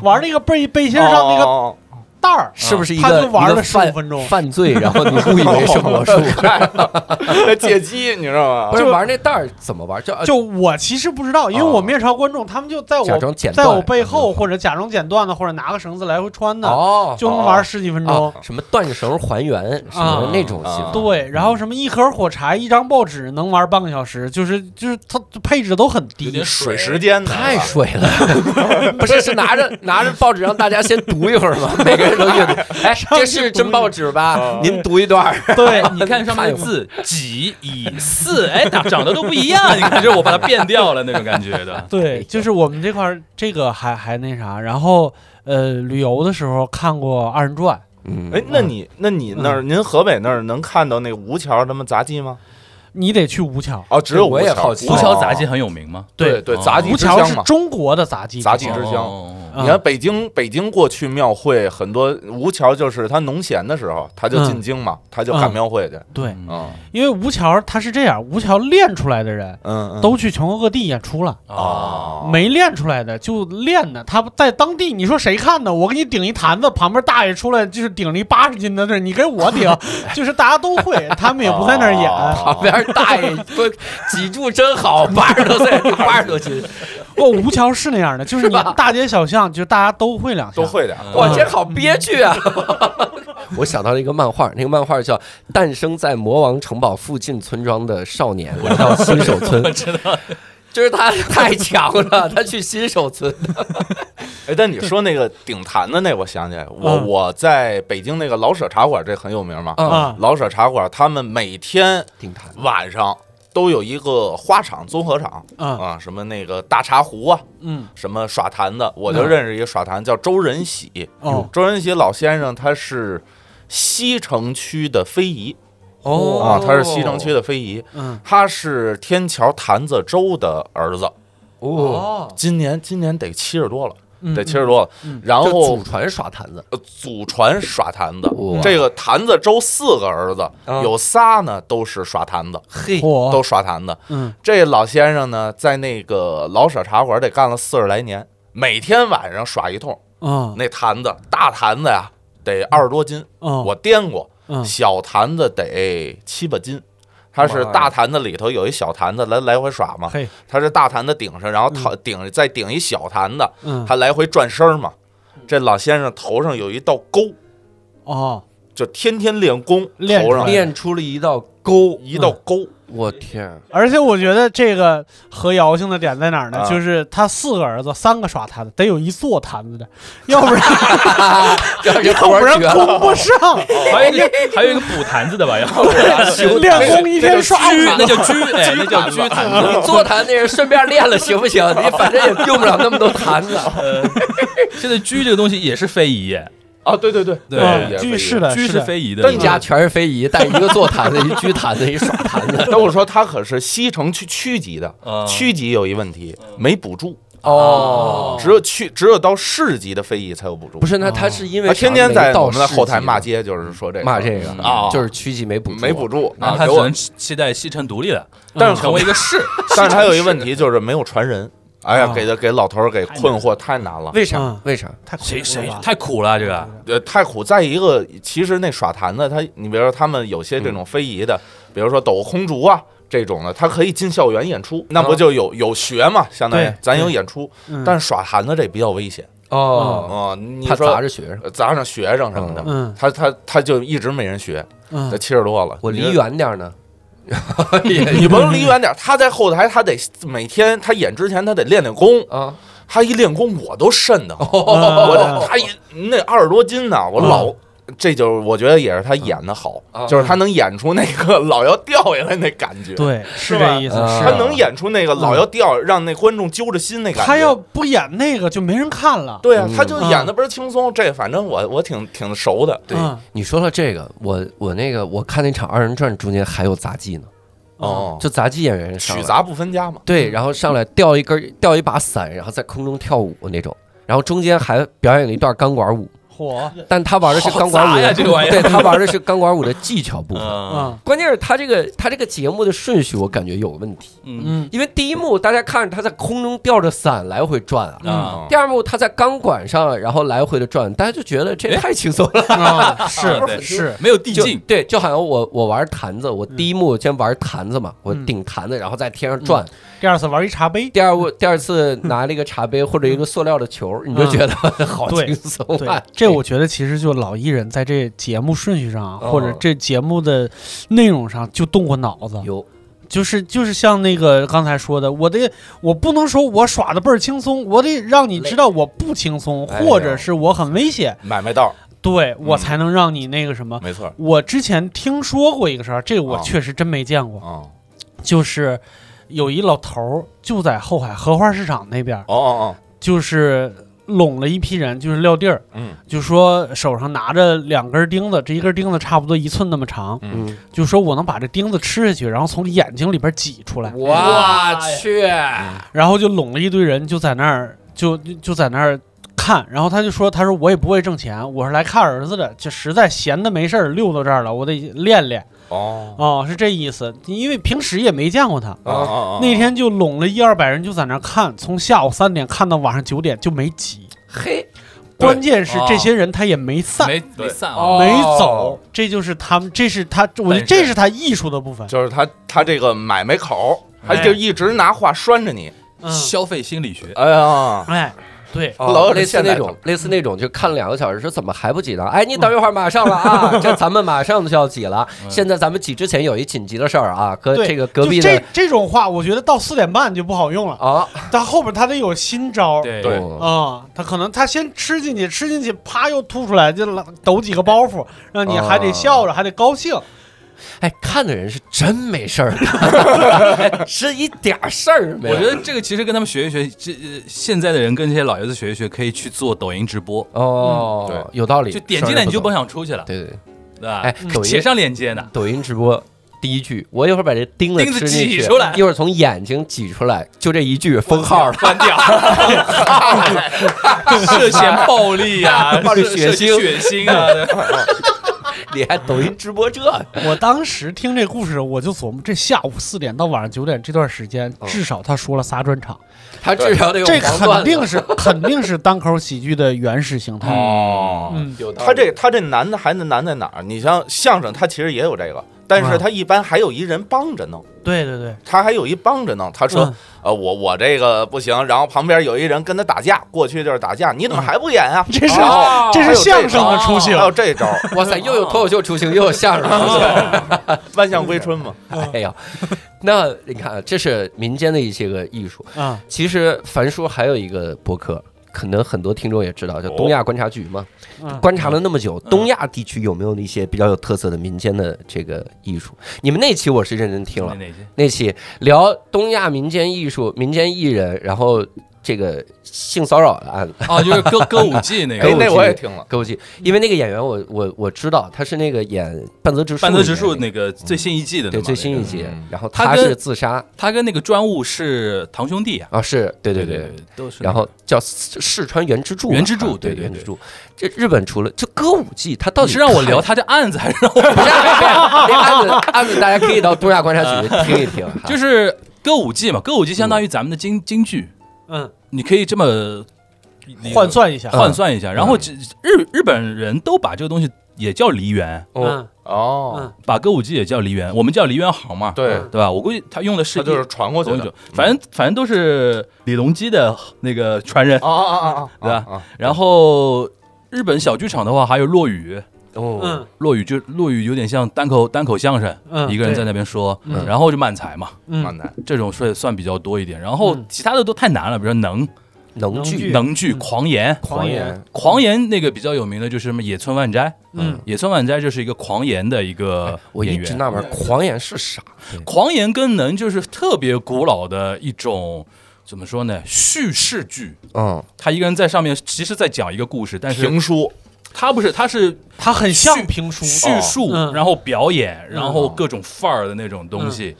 [SPEAKER 2] 玩那个背背心儿上那个
[SPEAKER 4] 个
[SPEAKER 2] 带儿，
[SPEAKER 1] 是不是一
[SPEAKER 2] 他
[SPEAKER 1] 个
[SPEAKER 2] 就玩
[SPEAKER 1] 一
[SPEAKER 2] 了
[SPEAKER 1] 个
[SPEAKER 2] 15
[SPEAKER 1] 犯
[SPEAKER 2] 分钟
[SPEAKER 1] 犯罪，然后你误以为是 魔术？
[SPEAKER 4] 借机，你知道
[SPEAKER 1] 不
[SPEAKER 4] 吗？
[SPEAKER 1] 是玩那袋儿怎么玩？就呃
[SPEAKER 2] 就我其实不知道，因为我面朝观众，他们就在
[SPEAKER 1] 假
[SPEAKER 2] 我
[SPEAKER 1] 装剪
[SPEAKER 2] 在
[SPEAKER 1] 断，
[SPEAKER 2] 我背后，或者假装剪断的，或者拿个绳子来回穿的，
[SPEAKER 1] 哦，
[SPEAKER 2] 就能玩十几分钟
[SPEAKER 1] 啊。什么断绳还原什么那种戏法
[SPEAKER 4] 啊
[SPEAKER 2] 对，然后什么一盒火柴、一张报纸能玩半个小时，就是就是它配置都很
[SPEAKER 3] 有
[SPEAKER 2] 低
[SPEAKER 3] 点，
[SPEAKER 4] 水时间呢
[SPEAKER 1] 太水了， 不是是拿着拿着报纸让大家先读一会儿吗？ 每个人都阅读。哎，这是真报纸吧？您读一段儿。
[SPEAKER 3] 对，你看上面的字“几”“乙”“四”，哎，长长得都不一样。你看，就是我把它变掉了那种感觉的。
[SPEAKER 2] 对，就是我们这块儿这个还还那啥，然后呃旅游的时候看过二人转，
[SPEAKER 1] 嗯
[SPEAKER 4] 哎，那你那你那儿，您河北那儿能看到那个吴桥他们杂技吗？
[SPEAKER 2] 你得去吴桥。
[SPEAKER 4] 哦，只有
[SPEAKER 1] 我也好奇
[SPEAKER 3] 吴桥杂技很有名吗？
[SPEAKER 4] 对对
[SPEAKER 3] 哦
[SPEAKER 4] 杂技
[SPEAKER 2] 啊嗯吴
[SPEAKER 4] 之
[SPEAKER 2] 桥
[SPEAKER 4] 乡
[SPEAKER 2] 是嗯
[SPEAKER 4] 嘛。
[SPEAKER 2] 中国的杂技啊
[SPEAKER 4] 杂技
[SPEAKER 2] 之
[SPEAKER 4] 嗯之
[SPEAKER 2] 乡
[SPEAKER 4] 乡
[SPEAKER 3] 哦
[SPEAKER 4] 你看北京，北京过去庙会很多，吴桥就是他农闲的时候，他就进京嘛，他就干庙会去。
[SPEAKER 2] 对，
[SPEAKER 4] 嗯
[SPEAKER 2] 因为吴桥他是这样，吴桥练出来的人
[SPEAKER 4] 嗯，
[SPEAKER 2] 都去全国各地演出了，
[SPEAKER 3] 哦，
[SPEAKER 4] 啊，
[SPEAKER 2] 没练出来的就练的，他不在当地，你说谁看呢？我给你顶一坛子，旁边大爷出来就是顶了一八十斤的，对，你给我 顶，就是大家都会，他们也不在那儿演。
[SPEAKER 4] 哦
[SPEAKER 1] 旁边大爷不脊柱真好，八十多岁，八十多 斤，
[SPEAKER 2] 我吴桥是那样的，就是你
[SPEAKER 1] 是吧
[SPEAKER 2] 大街小巷，就大家都会两下，
[SPEAKER 4] 都会点儿。
[SPEAKER 1] 哇，这好憋屈啊！嗯 我想到了一个漫画，那个漫画叫《诞生在魔王城堡附近村庄的少年》，来到新 手村，
[SPEAKER 3] 我知道，
[SPEAKER 1] 就是他太强了，他去新手村，
[SPEAKER 4] 哎，但你说那个顶坛的那，我想起来，我
[SPEAKER 2] 嗯
[SPEAKER 4] 我在北京那个老舍茶馆，这很有名嘛。
[SPEAKER 1] 啊，
[SPEAKER 2] 啊，
[SPEAKER 4] 老舍茶馆，他们每天
[SPEAKER 1] 顶坛
[SPEAKER 4] 晚上都有一个花场综合场
[SPEAKER 2] 嗯
[SPEAKER 4] 啊，什么那个大茶壶啊，
[SPEAKER 2] 嗯，
[SPEAKER 4] 什么耍坛的，我就认识一个耍坛叫周仁喜。
[SPEAKER 2] 哦
[SPEAKER 4] 周仁喜老先生他是西城区的非遗
[SPEAKER 1] 哦
[SPEAKER 4] 啊，他是西城区的非遗，
[SPEAKER 2] 嗯，
[SPEAKER 4] 他是天桥坛子周的儿子，
[SPEAKER 1] 哦，
[SPEAKER 4] 今年今年得七十多了，
[SPEAKER 2] 嗯
[SPEAKER 4] 得七十多了。
[SPEAKER 2] 嗯
[SPEAKER 4] 然
[SPEAKER 1] 就
[SPEAKER 4] 后
[SPEAKER 1] 祖传耍坛子，嗯
[SPEAKER 4] 呃祖传耍坛子
[SPEAKER 1] 哇，
[SPEAKER 4] 哦这个坛子周四个儿子，
[SPEAKER 1] 啊
[SPEAKER 4] 有仨呢都是耍坛子，
[SPEAKER 1] 嘿，
[SPEAKER 2] 嚯，
[SPEAKER 4] 都耍坛子。
[SPEAKER 2] 嗯
[SPEAKER 4] 这老先生呢，在那个老舍茶馆得干了四十来年，每天晚上耍一通。
[SPEAKER 2] 嗯
[SPEAKER 4] 那坛子大坛子呀，得二十多斤，
[SPEAKER 2] 嗯，
[SPEAKER 4] 我掂过；
[SPEAKER 2] 嗯
[SPEAKER 4] 小坛子得七八斤。它是
[SPEAKER 1] 妈呀
[SPEAKER 4] 大坛子里头有一小坛子来来回耍嘛，
[SPEAKER 2] 嘿，
[SPEAKER 4] 它是大坛子顶上，然后套顶再顶一小坛子，
[SPEAKER 2] 嗯
[SPEAKER 4] 他来回转身儿嘛。这老先生头上有一道沟，
[SPEAKER 2] 哦，
[SPEAKER 4] 就天天练功，
[SPEAKER 2] 练嗯
[SPEAKER 4] 头上
[SPEAKER 2] 出来
[SPEAKER 1] 练出了一道沟，
[SPEAKER 4] 一道沟，
[SPEAKER 1] 我天儿，
[SPEAKER 2] 而且我觉得这个和姚性的点在哪儿呢？
[SPEAKER 4] 啊
[SPEAKER 2] 就是他四个儿子，三个耍坛子，得有一座坛子的，要不然
[SPEAKER 1] 要
[SPEAKER 2] 要不然
[SPEAKER 1] 绝
[SPEAKER 2] 供不上。
[SPEAKER 3] 还有一个还有一个补坛子的吧，要不然
[SPEAKER 2] 练功一天刷五
[SPEAKER 3] 那
[SPEAKER 2] 坛
[SPEAKER 3] 叫狙， 哎，那叫狙坛子。
[SPEAKER 4] 哎
[SPEAKER 1] 你坐坛那人顺便练了行不行？你反正也用不了那么多坛 子。
[SPEAKER 3] 呃，现在狙这个东西也是非遗，
[SPEAKER 4] 啊，对对对
[SPEAKER 3] 对
[SPEAKER 4] 也
[SPEAKER 2] 嗯
[SPEAKER 4] 也
[SPEAKER 2] 居是
[SPEAKER 4] 的。
[SPEAKER 2] 的，
[SPEAKER 3] 狙
[SPEAKER 2] 是
[SPEAKER 3] 是
[SPEAKER 2] 的，
[SPEAKER 3] 非遗的。
[SPEAKER 1] 一家全是非遗，但一个坐坛子，一狙坛子，一耍 坛子。
[SPEAKER 4] 但我说他可是西城区区级的，
[SPEAKER 3] 嗯
[SPEAKER 4] 区级有一问题，没补助，
[SPEAKER 1] 哦，
[SPEAKER 4] 只有区只有到市级的非遗才有补助。
[SPEAKER 1] 不，是，那他是因为
[SPEAKER 4] 他哦啊天天在
[SPEAKER 1] 到
[SPEAKER 4] 我们的后台骂街，就是说这个
[SPEAKER 1] 骂这个
[SPEAKER 4] 啊，
[SPEAKER 1] 嗯就是区级没补助
[SPEAKER 4] 没补助
[SPEAKER 3] 那
[SPEAKER 4] 啊，
[SPEAKER 3] 他
[SPEAKER 4] 给
[SPEAKER 3] 只
[SPEAKER 4] 我
[SPEAKER 3] 能。期待西城独立了，
[SPEAKER 4] 但是
[SPEAKER 3] 成为一
[SPEAKER 4] 很，
[SPEAKER 3] 个市。
[SPEAKER 4] 但是他有一
[SPEAKER 3] 西城市
[SPEAKER 4] 问，题就是没有传人。哎呀，给的给老头儿给困惑太难了，
[SPEAKER 1] 为啥
[SPEAKER 2] 嗯？
[SPEAKER 1] 为啥？
[SPEAKER 2] 太恐怖
[SPEAKER 3] 谁谁
[SPEAKER 2] 了吧
[SPEAKER 3] 太苦了，这个
[SPEAKER 4] 呃，太苦。再一个，其实那耍坛的，他你比如说他们有些这
[SPEAKER 1] 嗯
[SPEAKER 4] 种非遗的，比如说抖空竹啊这种的，他可以进校园演出，那
[SPEAKER 1] 嗯
[SPEAKER 4] 不就有有学嘛，相当于
[SPEAKER 2] 对
[SPEAKER 4] 咱有演出。
[SPEAKER 2] 嗯
[SPEAKER 4] 但是耍坛的这比较危险
[SPEAKER 1] 哦，
[SPEAKER 4] 啊，你
[SPEAKER 1] 他砸
[SPEAKER 4] 说
[SPEAKER 1] 着学生。
[SPEAKER 4] 呃砸上学生什么的，
[SPEAKER 2] 嗯
[SPEAKER 4] 他他他就一直没人学，他
[SPEAKER 2] 嗯
[SPEAKER 4] 七十多了，
[SPEAKER 1] 我离
[SPEAKER 4] 你
[SPEAKER 1] 远点儿呢，
[SPEAKER 4] 你甭离远点儿，他在后台，他得每天他演之前他得练练功，
[SPEAKER 1] 啊，
[SPEAKER 4] 他一练功我都瘆得慌。我
[SPEAKER 2] 哦嗯
[SPEAKER 4] 这他一那二十多斤呢，我老。这就是我觉得也是他演的好，
[SPEAKER 1] 嗯
[SPEAKER 4] 就是他能演出那个老要掉下来那感觉，
[SPEAKER 2] 对，是
[SPEAKER 4] 吧
[SPEAKER 2] 这意思。
[SPEAKER 1] 嗯
[SPEAKER 2] 是
[SPEAKER 4] 他
[SPEAKER 2] 的
[SPEAKER 4] 能演出那个老要掉，让那观众揪着心那感觉。
[SPEAKER 2] 他要不演那个就没人看了。
[SPEAKER 4] 对啊
[SPEAKER 1] 嗯，
[SPEAKER 4] 他就演的倍儿轻松。这反正我我挺挺熟的，
[SPEAKER 1] 对
[SPEAKER 2] 嗯，
[SPEAKER 1] 你说到这个，我我那个我看那场二人转中间还有杂技呢，
[SPEAKER 4] 哦，
[SPEAKER 1] 就杂技演员上
[SPEAKER 4] 曲
[SPEAKER 1] 来
[SPEAKER 4] 杂不分家嘛。
[SPEAKER 1] 对，然后上来吊一根吊一把伞，然后在空中跳舞那种，然后中间还表演了一段钢管舞，
[SPEAKER 2] 火，
[SPEAKER 1] 但他玩的是钢管
[SPEAKER 3] 好
[SPEAKER 1] 舞
[SPEAKER 3] 杂呀
[SPEAKER 1] 的，
[SPEAKER 3] 这个玩意儿
[SPEAKER 1] 对他玩的是钢管舞的技巧部分。
[SPEAKER 3] 嗯
[SPEAKER 2] 嗯
[SPEAKER 1] 关键是他这个他这个节目的顺序我感觉有问题，
[SPEAKER 3] 嗯
[SPEAKER 2] 嗯
[SPEAKER 1] 因为第一幕大家看着他在空中吊着伞来回转
[SPEAKER 2] 嗯
[SPEAKER 1] 啊，
[SPEAKER 4] 嗯
[SPEAKER 3] 啊，
[SPEAKER 1] 第二幕他在钢管上然后来回的转，大家就觉得这
[SPEAKER 3] 哎
[SPEAKER 1] 太轻松了，
[SPEAKER 2] 啊，是
[SPEAKER 3] 对
[SPEAKER 2] 是，
[SPEAKER 3] 没有递
[SPEAKER 1] 就
[SPEAKER 3] 进，
[SPEAKER 1] 对，就好像我我玩坛子，我第一幕先玩坛子嘛，我
[SPEAKER 2] 嗯
[SPEAKER 1] 顶坛子，然后在天上转，
[SPEAKER 2] 第二次玩一茶杯，
[SPEAKER 1] 第二我第二次
[SPEAKER 2] 嗯
[SPEAKER 1] 拿了一个茶杯或者一个塑料的球，你就觉得 好
[SPEAKER 2] 对
[SPEAKER 1] 轻松啊
[SPEAKER 2] 对！，这我觉得其实就老艺人在这节目顺序上啊，
[SPEAKER 1] 哦
[SPEAKER 2] 或者这节目的内容上就动过脑子，
[SPEAKER 1] 有
[SPEAKER 2] 就是就是像那个刚才说的，我得我不能说我耍的倍儿轻松，我得让你知道我不轻松，
[SPEAKER 1] 哎呦嗯
[SPEAKER 2] 或者是我很危险，
[SPEAKER 4] 买卖道儿
[SPEAKER 2] 对我才能让你那个什么。
[SPEAKER 4] 没错儿
[SPEAKER 2] 我之前听说过一个事儿，这个我
[SPEAKER 4] 哦
[SPEAKER 2] 确实真没见过，
[SPEAKER 4] 哦
[SPEAKER 2] 就是有一老头儿就在后海荷花市场那边儿，
[SPEAKER 4] 哦哦
[SPEAKER 2] 就是拢了一批人，就是撂地儿。
[SPEAKER 4] 哦，嗯
[SPEAKER 2] 就说手上拿着两根钉子，这一根钉子差不多一寸那么长，
[SPEAKER 4] 嗯，
[SPEAKER 1] 嗯，
[SPEAKER 2] 就说我能把这钉子吃下去，然后从眼睛里边挤出
[SPEAKER 4] 嗯
[SPEAKER 2] 来，
[SPEAKER 1] 我去，
[SPEAKER 2] 哎然后就拢了一堆人，就在那儿就就就在那儿看，然后他就说，他说我也不会挣钱，我是来看儿子的，就实在闲的没事儿溜到这儿了，我得练练
[SPEAKER 4] 哦
[SPEAKER 2] 哦，是这意思，因为平时也没见过他。
[SPEAKER 4] 哦哦，
[SPEAKER 2] 那天就拢了一二百人，就在那儿看，从下午三点看到晚上九点就没挤。
[SPEAKER 1] 嘿，
[SPEAKER 4] 对
[SPEAKER 2] 关键是
[SPEAKER 3] 哦
[SPEAKER 2] 这些人他也没散，
[SPEAKER 3] 没没
[SPEAKER 4] 对
[SPEAKER 3] 散
[SPEAKER 1] 哦
[SPEAKER 3] 啊，
[SPEAKER 2] 没走，这就是他们，这是他，我觉得
[SPEAKER 3] 本
[SPEAKER 2] 这
[SPEAKER 3] 事
[SPEAKER 2] 是他艺术的部分。
[SPEAKER 4] 就是他他这个买卖口儿，他
[SPEAKER 2] 哎
[SPEAKER 4] 就一直拿话拴着你。
[SPEAKER 2] 嗯，
[SPEAKER 3] 消费心理学。
[SPEAKER 4] 哎呀，
[SPEAKER 2] 哎，对，
[SPEAKER 1] 哦
[SPEAKER 4] 老有
[SPEAKER 1] 类
[SPEAKER 4] 点
[SPEAKER 1] 似
[SPEAKER 4] 现
[SPEAKER 1] 那
[SPEAKER 4] 代
[SPEAKER 1] 种，类似那种，就看两个小时，说怎么还不挤呢？
[SPEAKER 2] 嗯
[SPEAKER 1] 哎，你等一会儿，马上了 啊！这咱们马上就要挤了。现在咱们挤之前有一紧急的事儿啊，和
[SPEAKER 2] 对
[SPEAKER 1] 这个隔壁
[SPEAKER 2] 就这
[SPEAKER 1] 的
[SPEAKER 2] 这种话，我觉得到四点半就不好用了，
[SPEAKER 1] 啊，
[SPEAKER 2] 但后边他得有新招儿。
[SPEAKER 3] 对
[SPEAKER 4] 对
[SPEAKER 2] 啊、
[SPEAKER 1] 哦
[SPEAKER 2] 他可能他先吃进去，吃进去，啪又吐出来，就拉抖几个包袱，让你还得笑着，
[SPEAKER 1] 啊
[SPEAKER 2] 还得高兴。
[SPEAKER 1] 哎，看的人是真没事儿， 是一点儿事儿没
[SPEAKER 3] 我
[SPEAKER 1] 有。
[SPEAKER 3] 觉得这个其实跟他们学一学，这呃现在的人跟这些老爷子学一学，可以去做抖音直播，
[SPEAKER 1] 哦，
[SPEAKER 4] 嗯
[SPEAKER 1] 有道理，
[SPEAKER 3] 就点进来你就甭想出去了，啊嗯
[SPEAKER 1] 对对对，
[SPEAKER 3] 对吧？
[SPEAKER 1] 哎，抖音
[SPEAKER 3] 写上链 接呢，
[SPEAKER 1] 抖音直播第一句，我一会儿把这钉子
[SPEAKER 3] 钉子
[SPEAKER 1] 吃进
[SPEAKER 3] 挤
[SPEAKER 1] 去
[SPEAKER 3] 出来
[SPEAKER 1] 一会儿从眼睛挤出来，就这一句封号 了。
[SPEAKER 3] 关掉，涉嫌暴力啊，
[SPEAKER 1] 暴力
[SPEAKER 3] 涉
[SPEAKER 1] 血腥
[SPEAKER 3] 血腥啊，对
[SPEAKER 1] 你还抖音直播这？
[SPEAKER 2] 我当时听这故事，我就琢磨，这下午四点到晚上九点这段时间，
[SPEAKER 1] 嗯
[SPEAKER 2] 至少他说了仨专场，
[SPEAKER 1] 他至少得有
[SPEAKER 2] 这
[SPEAKER 1] 黄段
[SPEAKER 2] 肯
[SPEAKER 1] 子
[SPEAKER 2] 定是肯定是单口喜剧的原始形态。
[SPEAKER 4] 哦，
[SPEAKER 2] 嗯，
[SPEAKER 1] 有道理
[SPEAKER 4] 他这他这难的还难在哪儿？你像相声，他其实也有这个，但是他一般还有一人帮着弄，
[SPEAKER 2] 对对对，
[SPEAKER 4] 他还有一帮着弄。他说
[SPEAKER 2] 嗯，
[SPEAKER 4] 呃，我我这个不行，然后旁边有一人跟他打架，过去就是打架，你怎么还不演啊？
[SPEAKER 2] 这是、
[SPEAKER 4] 哦
[SPEAKER 2] 这
[SPEAKER 4] 还
[SPEAKER 2] 是
[SPEAKER 4] 有
[SPEAKER 2] 相声
[SPEAKER 4] 招
[SPEAKER 2] 的雏形
[SPEAKER 3] 哦
[SPEAKER 4] 还。有这招，
[SPEAKER 1] 哇塞，又有脱口秀雏形，又有相声雏形。
[SPEAKER 4] 万象归春嘛。
[SPEAKER 1] 哎呀，那你看，啊这是民间的一些个艺术。
[SPEAKER 2] 啊，
[SPEAKER 1] 其实樊叔还有一个博客，可能很多听众也知道，叫
[SPEAKER 4] 哦
[SPEAKER 1] 东亚观察局嘛。
[SPEAKER 3] 啊
[SPEAKER 2] 嗯
[SPEAKER 1] 观察了那么久，东亚地区有没有一些比较有特色的民间的这个艺术？你们那期我是认真听了，
[SPEAKER 3] 哪些？
[SPEAKER 1] 那期聊东亚民间艺术、民间艺人，然后这个性骚扰的啊案子。
[SPEAKER 3] 哦，就是 歌歌舞伎那
[SPEAKER 1] 歌
[SPEAKER 4] 哎
[SPEAKER 1] 舞，
[SPEAKER 3] 个
[SPEAKER 1] 伎
[SPEAKER 4] 那我也听了，
[SPEAKER 1] 歌舞伎，
[SPEAKER 3] 嗯
[SPEAKER 1] 因为那个演员我我我知道他是那个演《半泽直树》
[SPEAKER 3] 半泽直
[SPEAKER 1] 里面
[SPEAKER 3] 树
[SPEAKER 1] 那
[SPEAKER 3] 那个最新一季的，
[SPEAKER 1] 个对最新一
[SPEAKER 3] 季，
[SPEAKER 1] 集
[SPEAKER 4] 嗯，
[SPEAKER 1] 然后
[SPEAKER 3] 他
[SPEAKER 1] 他
[SPEAKER 3] 跟
[SPEAKER 1] 是自杀
[SPEAKER 3] 他跟那个专务是堂兄弟啊，
[SPEAKER 1] 啊，是对对
[SPEAKER 3] 对
[SPEAKER 1] 对，，
[SPEAKER 3] 都是那个。
[SPEAKER 1] 然后叫四四川原之助吧，
[SPEAKER 3] 原之助
[SPEAKER 1] 啊对
[SPEAKER 3] 对对
[SPEAKER 1] 原之
[SPEAKER 3] 对
[SPEAKER 1] 助。这日本除了就歌舞伎，他到
[SPEAKER 3] 你
[SPEAKER 1] 底
[SPEAKER 3] 是让我
[SPEAKER 1] 看
[SPEAKER 3] 聊
[SPEAKER 1] 啊
[SPEAKER 3] 他这案子，还是让我
[SPEAKER 1] 不是 不是这案子案子，大家可以到东亚观察局听一听，
[SPEAKER 3] 就是是歌舞伎嘛？歌舞伎相当于咱们的京京剧，
[SPEAKER 2] 嗯，
[SPEAKER 3] 你可以这么理
[SPEAKER 2] 换算一下，
[SPEAKER 1] 嗯
[SPEAKER 3] 哦换算一下。然后这日日本人都把这个东西也叫梨园，
[SPEAKER 1] 哦
[SPEAKER 2] 嗯
[SPEAKER 4] 哦
[SPEAKER 2] 嗯，
[SPEAKER 3] 把歌舞伎也叫梨园，我们叫梨园行嘛，
[SPEAKER 4] 对，
[SPEAKER 3] 对吧？我估计他用嗯的是
[SPEAKER 4] 他就是传过去
[SPEAKER 3] 同一
[SPEAKER 4] 的嗯
[SPEAKER 3] 种，，反正反正都是李隆基的那个传人。
[SPEAKER 4] 哦哦哦哦，
[SPEAKER 3] 对吧
[SPEAKER 4] 吧？
[SPEAKER 3] 然后日本小剧场的话，还有落语，
[SPEAKER 1] 哦，
[SPEAKER 2] 嗯
[SPEAKER 3] 落语就落语有点像单口单口相声，
[SPEAKER 2] 嗯，
[SPEAKER 3] 一个人
[SPEAKER 2] 对
[SPEAKER 3] 在那边说，
[SPEAKER 2] 嗯
[SPEAKER 3] 然后就漫才嘛。
[SPEAKER 2] 嗯
[SPEAKER 4] 慢难，
[SPEAKER 3] 这种算算比较多一点，然后
[SPEAKER 2] 嗯
[SPEAKER 3] 其他的都太难了，比如说能
[SPEAKER 1] 能剧
[SPEAKER 2] 剧
[SPEAKER 3] 能剧、
[SPEAKER 2] 嗯
[SPEAKER 3] 狂言、
[SPEAKER 2] 狂言，
[SPEAKER 3] 狂言那个比较有名的就是什么野村万斋，
[SPEAKER 2] 嗯
[SPEAKER 3] 野村万斋就是一个狂言的一个
[SPEAKER 1] 我
[SPEAKER 3] 演
[SPEAKER 1] 一直
[SPEAKER 3] 员。
[SPEAKER 1] 纳闷狂言是啥？
[SPEAKER 3] 狂言跟能就是特别古老的一种，怎么说呢？叙事剧，
[SPEAKER 1] 嗯，
[SPEAKER 3] 他一个人在上面，其实在讲一个故事，但是
[SPEAKER 4] 评书
[SPEAKER 3] 他不是，他是
[SPEAKER 2] 他很
[SPEAKER 3] 叙
[SPEAKER 2] 像评书，
[SPEAKER 3] 叙述，
[SPEAKER 2] 嗯
[SPEAKER 3] 然后表演，然后各种范儿的那种东
[SPEAKER 2] 嗯
[SPEAKER 3] 西。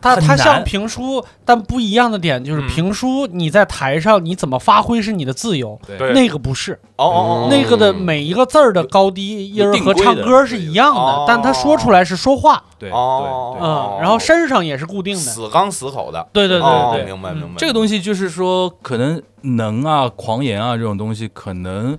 [SPEAKER 2] 它
[SPEAKER 3] 很
[SPEAKER 2] 它像
[SPEAKER 3] 难嗯
[SPEAKER 2] 评书，但不一样的点就是评书你在台上你怎么发挥是你的自由，
[SPEAKER 4] 对
[SPEAKER 2] 那个不是，
[SPEAKER 3] 嗯
[SPEAKER 4] 哦哦哦，
[SPEAKER 2] 那个的每一个字儿的高低音
[SPEAKER 3] 有
[SPEAKER 2] 儿
[SPEAKER 3] 定
[SPEAKER 2] 和
[SPEAKER 3] 规
[SPEAKER 2] 唱
[SPEAKER 3] 的
[SPEAKER 2] 歌是一样的，
[SPEAKER 4] 哦
[SPEAKER 2] 但他说出来是说话，
[SPEAKER 3] 对对
[SPEAKER 4] 哦
[SPEAKER 3] 对，
[SPEAKER 4] 哦
[SPEAKER 2] 嗯，然后身上也是固定的，
[SPEAKER 4] 死刚死口的，
[SPEAKER 2] 对对
[SPEAKER 4] 哦
[SPEAKER 2] 对对，
[SPEAKER 4] 明白
[SPEAKER 2] 嗯
[SPEAKER 4] 明白。
[SPEAKER 3] 这个东西就是说，可能能啊、狂言啊这种东西，可能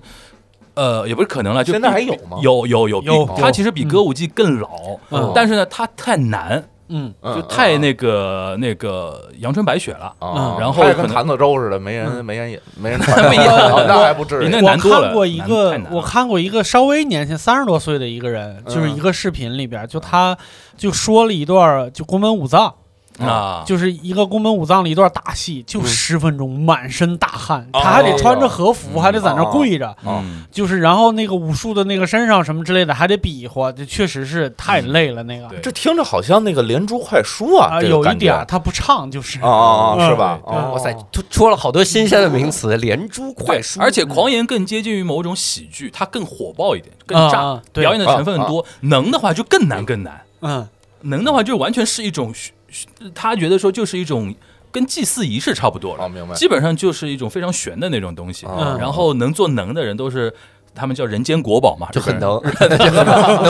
[SPEAKER 3] 呃也不是可能了，就
[SPEAKER 4] 现在
[SPEAKER 3] 比
[SPEAKER 4] 还有吗
[SPEAKER 3] 有有有
[SPEAKER 2] 有
[SPEAKER 3] 比
[SPEAKER 4] 有
[SPEAKER 3] 它其实比歌舞伎更老，
[SPEAKER 2] 嗯
[SPEAKER 3] 但是呢，它太难，
[SPEAKER 2] 嗯
[SPEAKER 4] 嗯
[SPEAKER 3] 就太那个那个阳春白雪了。
[SPEAKER 4] 啊，
[SPEAKER 3] 然后
[SPEAKER 4] 他也
[SPEAKER 3] 可
[SPEAKER 4] 跟
[SPEAKER 3] 能
[SPEAKER 4] 谭子州似的，没人
[SPEAKER 2] 嗯
[SPEAKER 4] 没 人也没人
[SPEAKER 3] 不一样
[SPEAKER 4] 哦那还不至
[SPEAKER 3] 比那
[SPEAKER 4] 于。
[SPEAKER 3] 个
[SPEAKER 2] 我
[SPEAKER 3] 难多了
[SPEAKER 2] 看过一
[SPEAKER 3] 难太
[SPEAKER 2] 个
[SPEAKER 3] 难，了嗯
[SPEAKER 2] 我看过一个稍微年轻三十多岁的一个人，就是一个视频里边，就他就说了一段儿就宫本武藏，
[SPEAKER 4] 哦
[SPEAKER 3] 啊，
[SPEAKER 2] 就是一个宫本武藏的一段大戏，就
[SPEAKER 1] 嗯
[SPEAKER 2] 十分钟，满身大汗，
[SPEAKER 4] 哦
[SPEAKER 2] 他还得穿着和服，
[SPEAKER 3] 嗯
[SPEAKER 2] 还得在那儿跪着，
[SPEAKER 3] 嗯，
[SPEAKER 2] 就是然后那个武术的那个身上什么之类的，还得比划，这确实是太累了那个
[SPEAKER 3] 对
[SPEAKER 4] 这听着好像那个《连珠快书》
[SPEAKER 2] 啊，
[SPEAKER 4] 啊，这个
[SPEAKER 2] 有一
[SPEAKER 4] 感觉
[SPEAKER 2] 点儿他不唱就是
[SPEAKER 4] 哦哦哦，是吧？
[SPEAKER 3] 嗯
[SPEAKER 4] 哦
[SPEAKER 1] 哇塞，就说了好多新鲜的名词，连珠快书，
[SPEAKER 4] 嗯
[SPEAKER 3] 而且狂言更接近于某种喜剧，它更火爆一点，更
[SPEAKER 2] 啊
[SPEAKER 3] 炸
[SPEAKER 2] 啊，对
[SPEAKER 3] 表演的成分多。能的话就更难更难，
[SPEAKER 2] 嗯
[SPEAKER 3] 能的话就完全是一种虚，虚他觉得说就是一种跟祭祀仪式差不多了
[SPEAKER 4] 哦，。明白。
[SPEAKER 3] 基本上就是一种非常玄的那种东西。
[SPEAKER 1] 哦
[SPEAKER 3] 然后能做能的人都是他们叫人间国宝嘛，
[SPEAKER 1] 嗯就很
[SPEAKER 3] 日本人。
[SPEAKER 1] 能，能